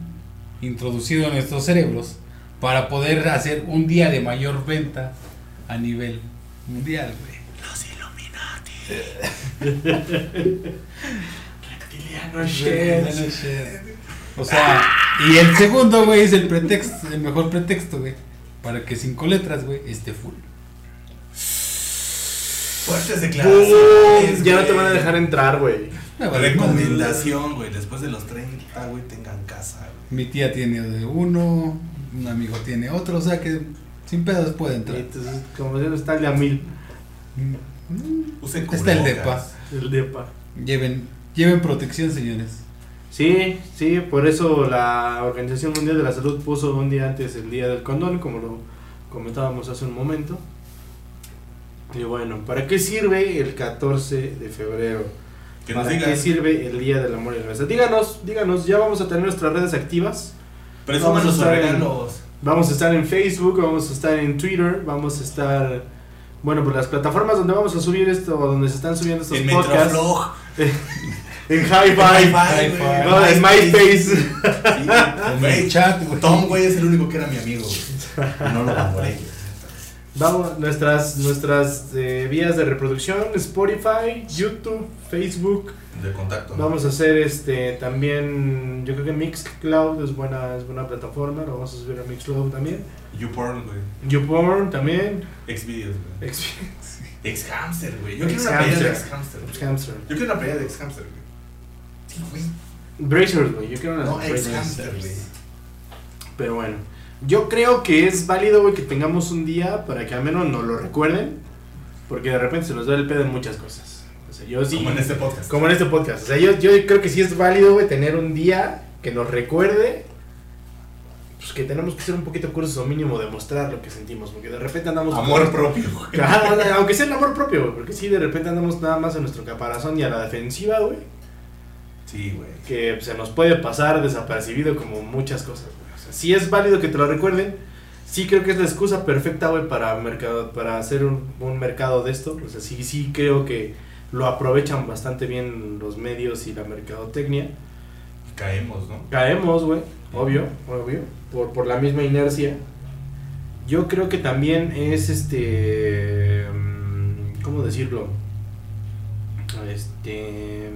Speaker 3: introducido en nuestros cerebros para poder hacer un día de mayor venta a nivel mundial, güey.
Speaker 1: Reptiliano
Speaker 3: Shit, shit. O sea, y el segundo, güey, es el pretexto, el mejor pretexto, güey. Para que cinco letras, güey, esté full.
Speaker 2: Fuertes
Speaker 1: Boom,
Speaker 2: declaraciones.
Speaker 1: Ya no te
Speaker 2: güey.
Speaker 1: van a dejar entrar, güey.
Speaker 3: Me vale
Speaker 2: Recomendación, güey. Después de los 30, güey, tengan casa, güey.
Speaker 3: Mi tía tiene de uno, un amigo tiene otro, o sea que sin pedos puede
Speaker 1: Y
Speaker 3: entrar. Mm,
Speaker 1: Entonces, como se está el de a mil,
Speaker 2: Usen
Speaker 3: Está el
Speaker 2: cubrebocas.
Speaker 3: depa.
Speaker 1: Este el depa.
Speaker 3: Lleven, lleven protección, señores.
Speaker 1: Sí, sí, por eso la Organización Mundial de la Salud puso un día antes el día del condón, como lo comentábamos hace un momento. Y bueno, ¿para qué sirve el 14 de febrero?
Speaker 2: Que nos
Speaker 1: ¿Para qué
Speaker 2: digan.
Speaker 1: sirve el Día del Amor y la Amistad? Díganos, díganos, ya vamos a tener nuestras redes activas.
Speaker 2: Presuman
Speaker 1: Vamos
Speaker 2: los
Speaker 1: a estar en-
Speaker 2: regalos.
Speaker 1: Vamos a estar en Facebook, vamos a estar en Twitter, vamos a estar... Bueno, por las plataformas donde vamos a subir esto, o donde se están subiendo estos
Speaker 2: En
Speaker 1: podcasts.
Speaker 2: Metroflog.
Speaker 1: <laughs> En Hi-Fi. No, en MySpace.
Speaker 3: En el chat, güey.
Speaker 2: Tom, güey, es el único que era mi amigo. güey. No lo valoré.
Speaker 1: Vamos, nuestras, nuestras eh, vías de reproducción, Spotify, YouTube, Facebook.
Speaker 2: De contacto. ¿no?
Speaker 1: Vamos a hacer este también, yo creo que Mixcloud es buena, es buena plataforma, lo vamos a subir a Mixcloud también.
Speaker 2: YouPorn, güey.
Speaker 1: YouPorn también.
Speaker 2: Xvideos, güey.
Speaker 1: Experience.
Speaker 2: Ex-hamster, güey. Yo quiero una pelea de ex-hamster.
Speaker 1: <laughs>
Speaker 2: güey.
Speaker 1: Hamster.
Speaker 2: Yo quiero una pelea de ex-hamster, güey. Sí, güey.
Speaker 1: Bracers, güey, yo quiero unas
Speaker 2: No,
Speaker 1: bracers.
Speaker 2: ex-hamster, güey.
Speaker 1: Pero bueno, yo creo que es válido, güey, que tengamos un día para que al menos nos lo recuerden. Porque de repente se nos da el pedo en muchas cosas. O sea, yo sí.
Speaker 2: Como en este podcast.
Speaker 1: Como en este podcast. O sea, yo, yo creo que sí es válido, güey, tener un día que nos recuerde. Pues que tenemos que ser un poquito cursos o mínimo demostrar lo que sentimos. Porque de repente andamos. <laughs>
Speaker 2: Amor propio, güey.
Speaker 1: Ajá, Aunque sea el amor propio, güey. Porque sí, de repente andamos nada más en nuestro caparazón y a la defensiva, güey.
Speaker 2: Sí, güey.
Speaker 1: Que se nos puede pasar desapercibido como muchas cosas, güey. O sea, sí es válido que te lo recuerden. Sí creo que es la excusa perfecta, güey, para, mercado, para hacer un, un mercado de esto. O sea, sí, sí creo que lo aprovechan bastante bien los medios y la mercadotecnia.
Speaker 2: Caemos, ¿no?
Speaker 1: Caemos, güey, obvio, obvio, por, por la misma inercia. Yo creo que también es este. mm, ¿Cómo decirlo? Este.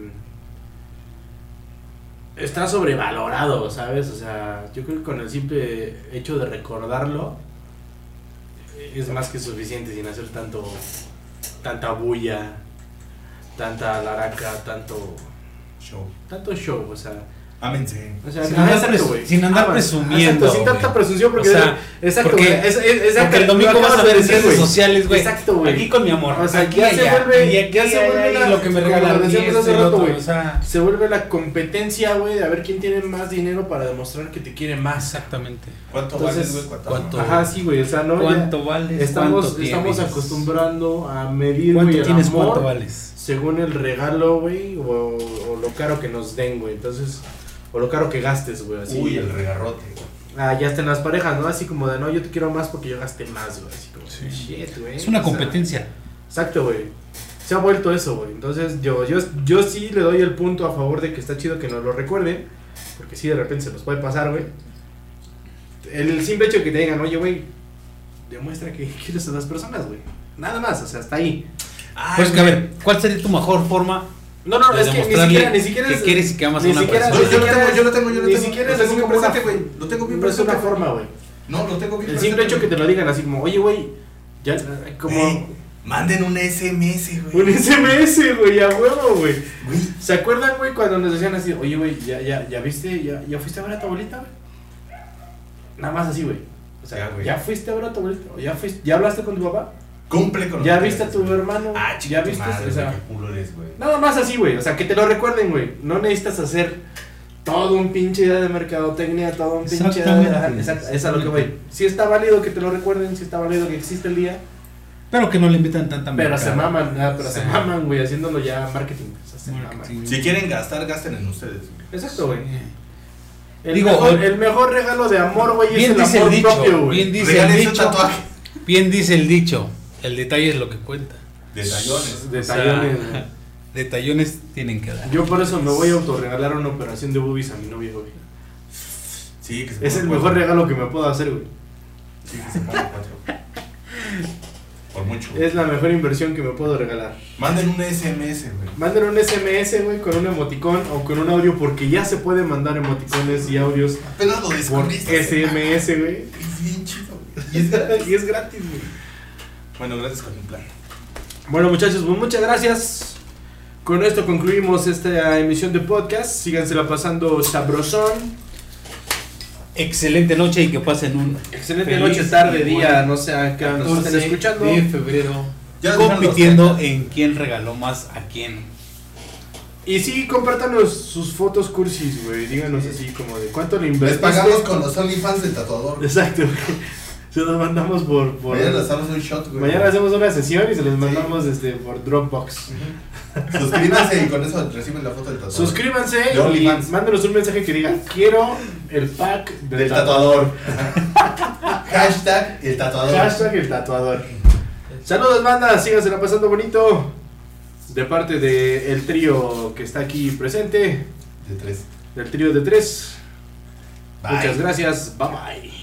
Speaker 1: Está sobrevalorado, ¿sabes? O sea, yo creo que con el simple hecho de recordarlo es más que suficiente sin hacer tanto. tanta bulla, tanta laraca, tanto
Speaker 2: Show.
Speaker 1: tanto show, o sea,
Speaker 2: Ámense.
Speaker 1: O sea,
Speaker 10: Sin
Speaker 1: ajá,
Speaker 10: andar
Speaker 1: exacto,
Speaker 10: pres-
Speaker 1: güey. Ah,
Speaker 10: sin andar
Speaker 1: Amas.
Speaker 10: presumiendo,
Speaker 1: Exacto, sin
Speaker 10: güey.
Speaker 1: tanta presunción, porque.
Speaker 10: O sea,
Speaker 1: exacto,
Speaker 10: porque-
Speaker 1: güey, es- es- exacto,
Speaker 10: Porque el
Speaker 1: lo
Speaker 10: domingo
Speaker 1: acabas
Speaker 10: vas a
Speaker 1: de
Speaker 10: ver en
Speaker 1: decir,
Speaker 10: redes
Speaker 1: güey.
Speaker 10: sociales, güey.
Speaker 1: Exacto, güey.
Speaker 10: Aquí con mi amor.
Speaker 1: O sea,
Speaker 10: aquí,
Speaker 1: ya se
Speaker 10: allá,
Speaker 1: vuelve-
Speaker 10: y aquí,
Speaker 1: ya se
Speaker 10: allá,
Speaker 1: vuelve
Speaker 10: y
Speaker 1: la-
Speaker 10: lo que me
Speaker 1: como lo
Speaker 10: regalaron. y
Speaker 1: decíamos hace
Speaker 10: esto y lo
Speaker 1: rato,
Speaker 10: otro,
Speaker 1: güey.
Speaker 10: O sea,
Speaker 1: Se vuelve la competencia, güey, de a ver quién tiene más dinero para demostrar que te quiere más.
Speaker 10: exactamente.
Speaker 2: ¿Cuánto
Speaker 1: Entonces,
Speaker 2: vales, güey? ¿Cuánto?
Speaker 10: ¿cuánto?
Speaker 1: Ajá, sí, güey, o sea, no.
Speaker 10: ¿Cuánto
Speaker 1: Ya
Speaker 10: vales?
Speaker 1: Estamos,
Speaker 10: ¿Cuánto
Speaker 1: estamos
Speaker 10: tienes?
Speaker 1: acostumbrando a medir,
Speaker 10: ¿Cuánto
Speaker 1: güey, el
Speaker 10: tienes?
Speaker 1: amor
Speaker 10: ¿Cuánto vales?
Speaker 1: según el regalo, güey, o, o lo caro que nos den, güey. Entonces, o lo caro que gastes, güey, así.
Speaker 2: Uy, el regarrote.
Speaker 1: Ah, ya están las parejas, ¿no? Así como de, no, yo te quiero más porque yo gasté más, güey. Así como, shit, güey.
Speaker 3: Es una
Speaker 1: O sea,
Speaker 3: competencia.
Speaker 1: exacto, güey. Se ha vuelto eso, güey. Entonces, yo, yo, yo sí le doy el punto a favor de que está chido que nos lo recuerden. Porque sí, de repente se nos puede pasar, güey. El simple hecho de que te digan, oye, güey, demuestra que <laughs> quieres a las personas, güey. Nada más, o sea, hasta ahí.
Speaker 10: Pues que a ver, ¿cuál sería tu mejor forma?
Speaker 1: No, no,
Speaker 10: De
Speaker 1: es que ni
Speaker 10: demostrarle
Speaker 1: siquiera, ni siquiera
Speaker 10: que
Speaker 1: es-
Speaker 10: quieres y que amas a
Speaker 1: ni
Speaker 10: una
Speaker 1: siquiera-
Speaker 10: persona.
Speaker 1: ni
Speaker 2: Yo lo
Speaker 1: siquiera
Speaker 2: tengo,
Speaker 1: es-
Speaker 2: yo lo tengo, yo lo
Speaker 1: ni
Speaker 2: tengo.
Speaker 1: siquiera
Speaker 2: Lo
Speaker 1: es
Speaker 2: tengo
Speaker 1: así como
Speaker 2: presente,
Speaker 1: una-
Speaker 2: güey. Lo tengo bien
Speaker 1: No es una
Speaker 2: presente.
Speaker 1: forma, güey.
Speaker 2: No, lo tengo bien
Speaker 1: El
Speaker 2: presente.
Speaker 1: simple hecho que te lo digan así como, oye, güey, ya, como...
Speaker 2: Ey, manden un SMS, güey.
Speaker 1: Un SMS, güey, a huevo, güey. ¿Se acuerdan, güey, cuando nos decían así, oye, güey, ya, ya, ya viste, ya, ya fuiste a ver a tu abuelita, güey? Nada más así, güey. O sea,
Speaker 2: Ya, güey.
Speaker 1: ya, fuiste a ver a tu abuelita, o ya, fuiste, ya hablaste con tu papá,
Speaker 2: Cumple con
Speaker 1: ya
Speaker 2: lo que
Speaker 1: viste a
Speaker 2: eres,
Speaker 1: tu
Speaker 2: güey.
Speaker 1: hermano,
Speaker 2: Ah, chica,
Speaker 1: ya
Speaker 2: tu
Speaker 1: viste,
Speaker 2: madre,
Speaker 1: o sea,
Speaker 2: güey, qué culo eres, güey.
Speaker 1: nada más así, güey. O sea, que te lo recuerden, güey. No necesitas hacer todo un pinche día de mercadotecnia, todo un pinche día de... Ajá,
Speaker 3: Exactamente.
Speaker 1: exacto, Es a lo que voy. Si está válido que te lo recuerden, si está válido que existe el día,
Speaker 3: Pero que no le invitan tanta
Speaker 1: pero se
Speaker 3: mercado.
Speaker 1: maman, ah, pero
Speaker 3: Sí.
Speaker 1: se maman, güey, haciéndolo ya marketing. O sea, se maman.
Speaker 3: Marketing.
Speaker 2: Si quieren gastar, gasten en ustedes. güey.
Speaker 1: Exacto, güey. El,
Speaker 3: Digo,
Speaker 1: mejor,
Speaker 3: o-
Speaker 1: el mejor regalo de amor, güey, es
Speaker 10: Bien
Speaker 1: el
Speaker 10: dice
Speaker 1: amor
Speaker 10: el
Speaker 1: propio,
Speaker 10: dicho.
Speaker 1: güey.
Speaker 10: Bien dice el
Speaker 2: Regalen su
Speaker 10: dicho.
Speaker 1: <laughs>
Speaker 2: tatuaje.
Speaker 10: Bien dice el dicho. El detalle es lo que cuenta.
Speaker 2: Detallones.
Speaker 1: Detallones,
Speaker 10: O sea,
Speaker 1: güey.
Speaker 10: Detallones tienen que dar.
Speaker 1: Yo por eso me voy a autorregalar una operación de boobies a mi novia, güey.
Speaker 2: Sí, que se
Speaker 1: Es
Speaker 2: ponga
Speaker 1: el mejor
Speaker 2: cuatro.
Speaker 1: regalo que me puedo hacer, güey.
Speaker 2: Sí, que se
Speaker 1: <laughs>
Speaker 2: ponga cuatro. Por mucho. güey.
Speaker 1: Es la mejor inversión que me puedo regalar.
Speaker 2: Manden un SMS, güey.
Speaker 1: Manden un SMS, güey, con un emoticón o con un audio, porque ya se pueden mandar emoticones y audios
Speaker 2: Apenas lo
Speaker 1: por
Speaker 2: descubriste.
Speaker 1: SMS, güey.
Speaker 2: Es bien chido, güey.
Speaker 1: Y es gratis, y es gratis, güey.
Speaker 2: Bueno, gracias con el plan.
Speaker 1: Bueno, muchachos, pues muchas gracias. Con esto concluimos esta emisión de podcast. Sígansela pasando sabrosón.
Speaker 10: Excelente noche y que pasen un
Speaker 1: Excelente
Speaker 10: Feliz
Speaker 1: noche, tarde,
Speaker 10: y
Speaker 1: día, no sé a qué hora nos estén
Speaker 10: 14
Speaker 1: escuchando.
Speaker 10: de febrero
Speaker 2: Ya nos dejaron los
Speaker 10: compitiendo en quién regaló más a quién.
Speaker 1: Y sí, compártanos sus fotos cursis, güey. Díganos así como de cuánto le
Speaker 9: Les
Speaker 1: invertiste.
Speaker 9: pagamos con los OnlyFans del tatuador. güey.
Speaker 1: Exacto, güey. Se los mandamos por... por-
Speaker 9: Mañana les damos un shot, güey.
Speaker 1: Mañana hacemos una sesión y se los mandamos este, por Dropbox.
Speaker 9: Suscríbanse y con eso reciben la foto del tatuador.
Speaker 1: Suscríbanse
Speaker 9: De
Speaker 1: y
Speaker 9: OnlyFans.
Speaker 1: mándenos un mensaje que diga quiero el pack del,
Speaker 9: Del
Speaker 1: tatuador.
Speaker 9: tatuador. Hashtag el tatuador.
Speaker 1: Hashtag el tatuador. Saludos, banda. Sígansela pasando bonito. De parte de el trío que está aquí presente.
Speaker 9: De tres.
Speaker 1: Del trío de tres.
Speaker 9: Bye.
Speaker 1: Muchas gracias. Bye bye.